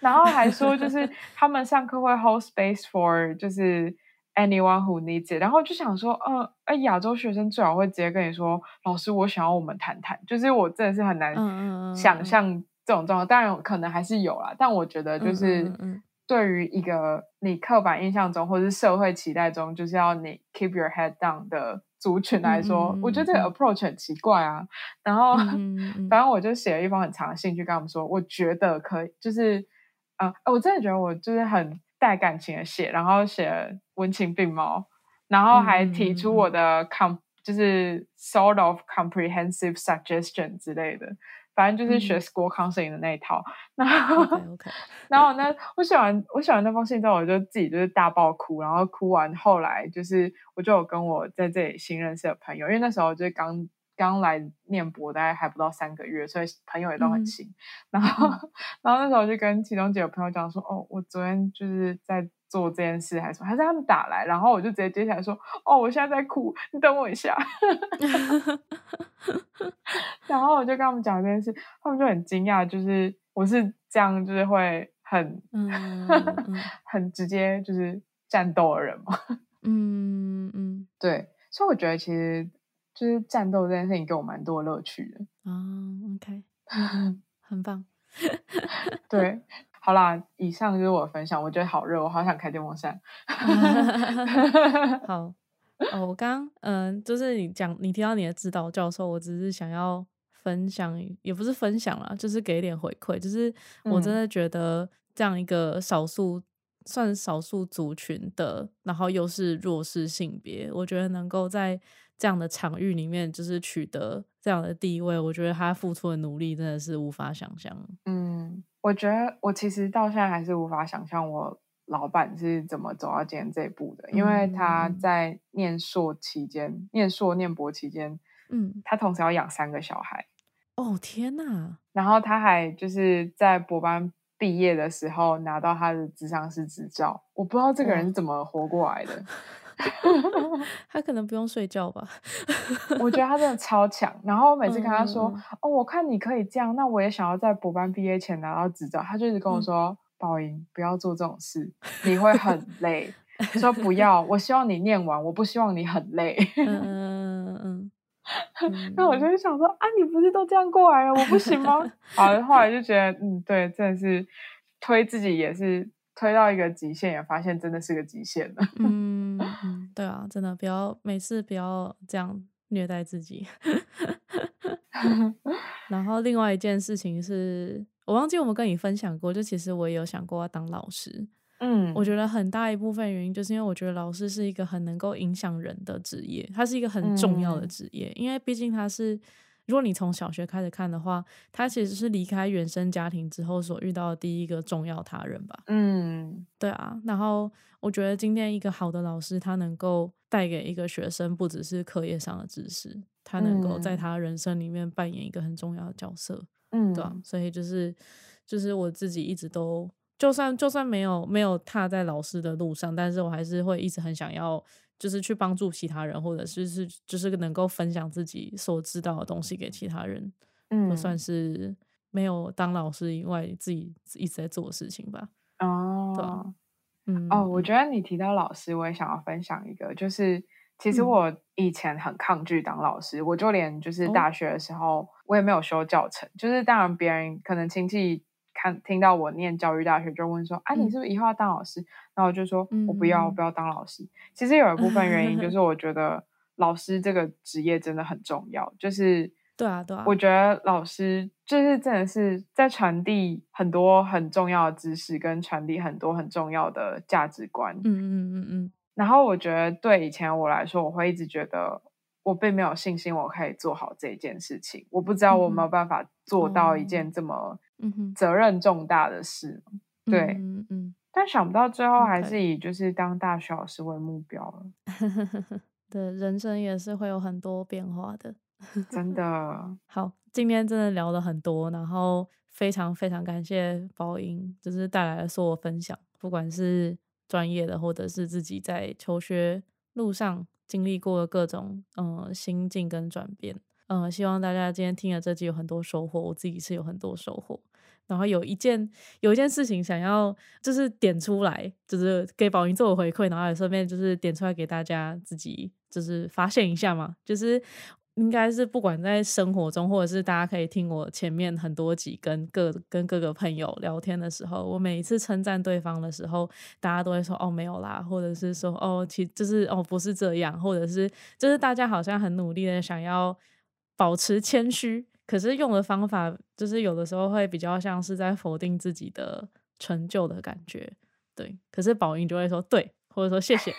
Speaker 1: 然后还说就是他们上课会 hold space for 就是 anyone who needs it，然后就想说，呃，哎，亚洲学生最好会直接跟你说，老师，我想要我们谈谈，就是我真的是很
Speaker 2: 嗯嗯嗯
Speaker 1: 难
Speaker 2: 嗯
Speaker 1: 想
Speaker 2: 嗯
Speaker 1: 象这种状况，当然可能还是有啦，但我觉得
Speaker 2: 嗯
Speaker 1: 就
Speaker 2: 嗯
Speaker 1: 是
Speaker 2: 嗯嗯
Speaker 1: 对于一个你刻板印象中或是社会期待中，就是要你 keep your head down 的族群来说，
Speaker 2: 嗯嗯
Speaker 1: 我觉得这个
Speaker 2: 嗯嗯
Speaker 1: approach 很奇怪啊，然后。
Speaker 2: 嗯嗯嗯
Speaker 1: 反正我就写了一封很长的信去跟他们说，我觉得可以，就是啊、呃我真的觉得我就是很带感情的写，然后写了文情并茂，然后还提
Speaker 2: 嗯
Speaker 1: 出我的 com 就是 sort of comprehensive suggestion 之类的，反正就是学
Speaker 2: 嗯
Speaker 1: school counseling 的那一套。 然后
Speaker 2: ，OK OK，
Speaker 1: 然后呢，我写完我写完那封信之后，我就自己就是大爆哭，然后哭完后来就是我就有跟我在这里新认识的朋友，因为那时候就是刚刚来念博，大概还不到三个月，所以朋友也都很
Speaker 2: 嗯哼
Speaker 1: 新。然后然后那时候我就跟其中几个朋友讲说，哦，我昨天就是在。做这件事还是什么，还是他们打来，然后我就直接接起来说：“哦，我现在在哭，你等我一下。” 然后我就跟他们讲这件事，他们就很惊讶，就是我是这样，就是会很
Speaker 2: 嗯嗯
Speaker 1: 很直接就是战斗的人 嘛。
Speaker 2: 嗯嗯
Speaker 1: 对，所以我觉得其实就是战斗这件事情给我蛮多乐趣的。
Speaker 2: 嗯啊，OK，很嗯 棒。
Speaker 1: 对，好啦，以上就是我的分享。我觉得好热，我好想开电风 扇。
Speaker 2: 好，哦，我刚嗯、就是你讲你提到你的指导教授，我只是想要分享，也不是分享啦，就是给一点回馈，就是我
Speaker 1: 嗯
Speaker 2: 真的觉得这样一个少数。算少数族群的，然后又是弱势性别，我觉得能够在这样的场域里面，就是取得这样的地位，我觉得他付出的努力真的是无法想象。
Speaker 1: 嗯，我觉得我其实到现在还是无法想象我老板是怎么走到今天这一步的，因为他
Speaker 2: 嗯
Speaker 1: 在念硕期间，念硕念博期间，
Speaker 2: 嗯，
Speaker 1: 他同时要养三个小孩。
Speaker 2: 哦 天哪，
Speaker 1: 然后他还就是在博班毕业的时候拿到他的智商师执照，我不知道这个
Speaker 2: 哇
Speaker 1: 人是怎么活过来 的。
Speaker 2: 他可能不用睡觉吧？
Speaker 1: 我觉得他真的超强。然后我每次跟他说
Speaker 2: 嗯嗯：“
Speaker 1: 哦，我看你可以这样，那我也想要在博班毕业前拿到执照。”他就一直跟我
Speaker 2: 嗯
Speaker 1: 说：“宝莹，不要做这种事，你会很累。”说不要，我希望你念完，我不希望你很累。
Speaker 2: 嗯嗯嗯嗯
Speaker 1: 那我就
Speaker 2: 嗯
Speaker 1: 会想说啊，你不是都这样过来了，我不行 吗？好，后来就觉得，嗯，对，真的是推自己也是推到一个极限，也发现真的是个极限了。
Speaker 2: 嗯，嗯，对啊，真的不要每次不要这样虐待自己。 然后另外一件事情是我忘记我们跟你分享过，就其实我也有想过要当老师。
Speaker 1: 嗯，
Speaker 2: 我觉得很大一部分原因就是因为我觉得老师是一个很能够影响人的职业，它是一个很重要的
Speaker 1: 嗯
Speaker 2: 职业，因为毕竟它是。如果你从小学开始看的话，他其实是离开原生家庭之后所遇到的第一个重要他人吧。
Speaker 1: 嗯
Speaker 2: 对啊，然后我觉得今天一个好的老师，他能够带给一个学生不只是课业上的知识，他能够
Speaker 1: 嗯
Speaker 2: 在他人生里面扮演一个很重要的角色，
Speaker 1: 嗯，
Speaker 2: 对啊，所以就是就是我自己一直都，就算就算没有没有踏在老师的路上，但是我还是会一直很想要，就是去帮助其他人，或者是是就是能够分享自己所知道的东西给其他人，
Speaker 1: 嗯，
Speaker 2: 就算是没有当老师以外，自己一直在做的事情吧。
Speaker 1: 哦。
Speaker 2: 嗯，
Speaker 1: 哦，我
Speaker 2: 嗯
Speaker 1: 觉得你提到老师，我也想要分享一个，就是其实
Speaker 2: 嗯
Speaker 1: 我以前很抗拒当老师，我就连就是
Speaker 2: 哦
Speaker 1: 大学的时候，我也没有修教程，就是当然别人可能亲戚看听到我念教育大学，就问说：“啊，你
Speaker 2: 嗯
Speaker 1: 是不是以后要当老师？”然后我就说：“我不要，我
Speaker 2: 嗯
Speaker 1: 不要当老师。”其实有一部分原 因就是我觉得老师这个职业真的很重要，就是
Speaker 2: 对啊，对啊，
Speaker 1: 我觉得老师就是真的是在传递很多很重要的知识，跟传递很多很重要的价值观。
Speaker 2: 嗯嗯嗯嗯，
Speaker 1: 然后我觉得对以前我来说，我会一直觉得我并没有信心我可以做好这件事情，我不知道我有没
Speaker 2: 嗯
Speaker 1: 有
Speaker 2: 哼
Speaker 1: 办法做到一
Speaker 2: 哦
Speaker 1: 件这么
Speaker 2: 嗯哼
Speaker 1: 责任重大的事。
Speaker 2: 嗯
Speaker 1: 对
Speaker 2: 嗯嗯
Speaker 1: 但想不到最后还
Speaker 2: OK
Speaker 1: 是以就是当大学老师为目标了，
Speaker 2: 嗯，对，人生也是会有很多变化的。
Speaker 1: 真的。
Speaker 2: 好，今天真的聊了很多，然后非常非常感谢宝英，就是带来了所有分享，不管是专业的，或者是自己在求学路上经历过的各种呃心境跟转变。呃，希望大家今天听了这集有很多收获，我自己是有很多收获。然后有一件有一件事情想要就是点出来，就是给宝云做个回馈，然后也顺便就是点出来给大家自己就是发现一下嘛，就是应该是不管在生活中，或者是大家可以听我前面很多集跟各跟各个朋友聊天的时候，我每一次称赞对方的时候，大家都会说哦没有啦，或者是说哦其就是哦不是这样，或者是就是大家好像很努力的想要保持谦虚，可是用的方法就是有的时候会比较像是在否定自己的成就的感觉，对。可是宝英就会说对，或者说谢谢，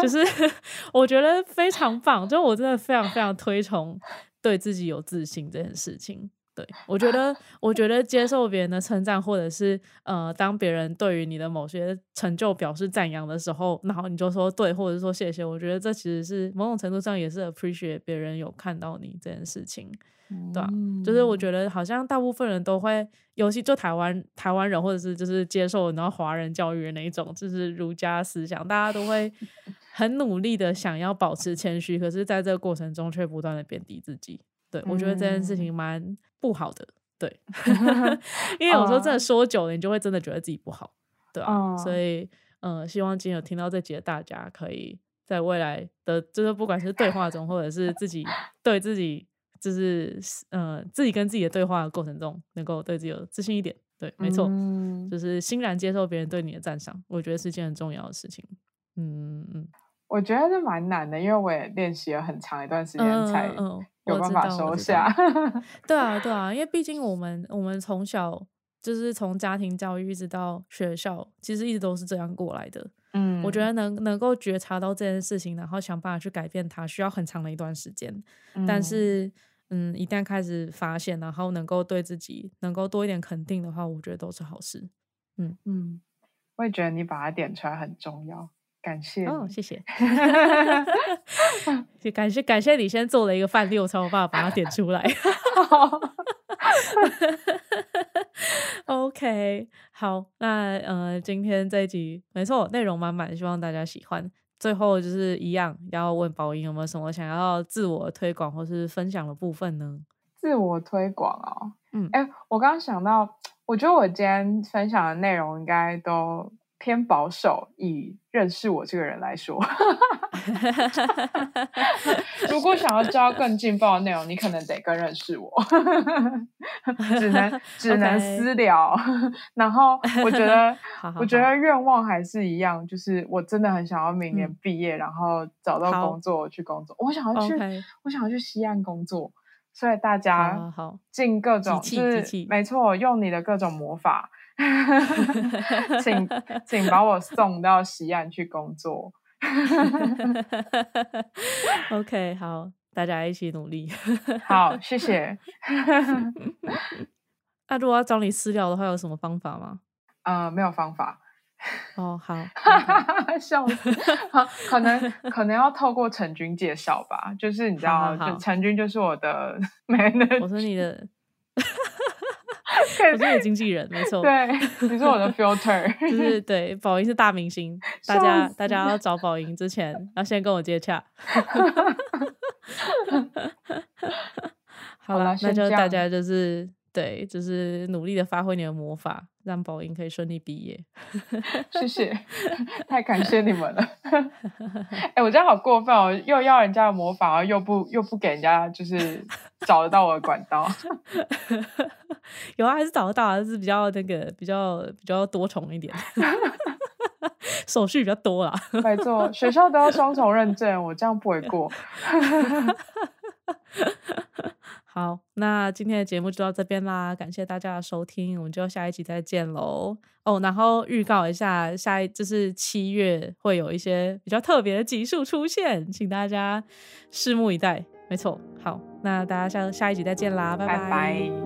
Speaker 2: 就是 我觉得非常棒，就我真的非常非常推崇对自己有自信这件事情。对，我觉得，我觉得接受别人的称赞，或者是呃，当别人对于你的某些成就表示赞扬的时候，然后你就说对，或者是说谢谢，我觉得这其实是某种程度上也是 appreciate 别人有看到你这件事情。 对啊就是
Speaker 1: 嗯
Speaker 2: 我觉得好像大部分人都会，尤其就台湾台湾人或者是就是接受然后华人教育的那一种，就是儒家思想，大家 都会很努力的想要保持谦虚，可是在这个过程中却不断的贬低自己。对我觉得这件
Speaker 1: 嗯
Speaker 2: 事情蛮不好的， 对，因为有时候真的
Speaker 1: 哦
Speaker 2: 说久了，你就会真的觉得自己不好，对啊，
Speaker 1: 哦
Speaker 2: 所以呃，希望今天有听到这集的大家可以在未来的，就是不管是对话中，或者是自 己对自己，就是呃自己跟自己的对话的过程中，能够对自己有自信一点。对，没错，
Speaker 1: 嗯
Speaker 2: 就是欣然接受别人对你的赞赏，我觉得是件很重要的事情。嗯嗯
Speaker 1: 我觉得这蛮难的，因为我也练习了很长一段时
Speaker 2: 嗯
Speaker 1: 间
Speaker 2: 嗯
Speaker 1: 啊才
Speaker 2: 嗯嗯，
Speaker 1: 有
Speaker 2: 我
Speaker 1: 办
Speaker 2: 知
Speaker 1: 法
Speaker 2: 道
Speaker 1: 收。
Speaker 2: 我
Speaker 1: 下
Speaker 2: 知道。对啊，对啊，因为毕竟我们我们从小就是从家庭教育一直到学校，其实一直都是这样过来的。
Speaker 1: 嗯，
Speaker 2: 我觉得能能够觉察到这件事情，然后想办法去改变它，需要很长的一段时间。但
Speaker 1: 嗯
Speaker 2: 是，嗯，一旦开始发现，然后能够对自己能够多一点肯定的话，我觉得都是好事。
Speaker 1: 嗯，我也觉得你把它点出来很重要，感谢
Speaker 2: 哦，
Speaker 1: 你
Speaker 2: 谢谢， 就感谢感谢你先做了一个范例，我才有办法把它点出来。OK，好，那呃，今天这一集没错，内容满满，希望大家喜欢。最后就是一样，要问宝英有没有什么想要自我推广或是分享的部分呢？
Speaker 1: 自我推广哦。
Speaker 2: 嗯
Speaker 1: 哎，我刚刚想到，我觉得我今天分享的内容应该都偏保守，以认识我这个人来说。 如果想要知道 更劲爆的内容，你可能得更认识我，只能只能
Speaker 2: OK
Speaker 1: 私聊。 然后我觉得
Speaker 2: 好好
Speaker 1: 我觉
Speaker 2: 好
Speaker 1: 得愿望还是一样，就是我真的很想要明年
Speaker 2: 嗯
Speaker 1: 毕业，然后找到
Speaker 2: 好
Speaker 1: 工作去工作。我想要去
Speaker 2: OK
Speaker 1: 我想要去西岸工作，所以大
Speaker 2: 好好
Speaker 1: 家
Speaker 2: 好
Speaker 1: 尽各种
Speaker 2: 集气
Speaker 1: 就
Speaker 2: 集
Speaker 1: 是
Speaker 2: 气
Speaker 1: 没错，用你的各种魔法， 请请把我送到西岸去工作。
Speaker 2: OK，好，大家一起努力。
Speaker 1: 好，谢谢。
Speaker 2: 那如果要找你私聊的话，有什么方法吗？
Speaker 1: 呃，没有方法，
Speaker 2: 哦，好 ，OK，
Speaker 1: 笑死。好可能可能要透过陈军介绍吧，就是你知道，
Speaker 2: 好好好
Speaker 1: 就陈军就是我的 manager，
Speaker 2: 我是你的，
Speaker 1: 可
Speaker 2: 我
Speaker 1: 以
Speaker 2: 是你的经纪人，没错。
Speaker 1: 对，你是我的 filter。
Speaker 2: 就是对，宝英是大明星，大
Speaker 1: 笑
Speaker 2: 家
Speaker 1: 死
Speaker 2: 大家要找宝英之前，要先跟我 接洽。好
Speaker 1: 好啦
Speaker 2: 了，那
Speaker 1: 先
Speaker 2: 就
Speaker 1: 这
Speaker 2: 大
Speaker 1: 样
Speaker 2: 家就是对，就是努力的发挥你的魔法，让宝英可以顺利毕业。
Speaker 1: 谢谢， 太感谢你们了。哎、我这样好过分哦，又要人家的 模仿，然后又不又不给人家就是找得到我的管道。
Speaker 2: 有啊，还是找得到啊，就是比较那个比较比较多重一点，手续比较多啦。
Speaker 1: 没错，学校都要双重认证，我这样不为过。
Speaker 2: 好，那今天的节目就到这边啦，感谢大家的收听，我们就下一集再见喽。哦，然后预告一下，下一就是七月会有一些比较特别的集数出现，请大家拭目以待。没错，好，那大家下下一集再见啦，拜
Speaker 1: 拜拜。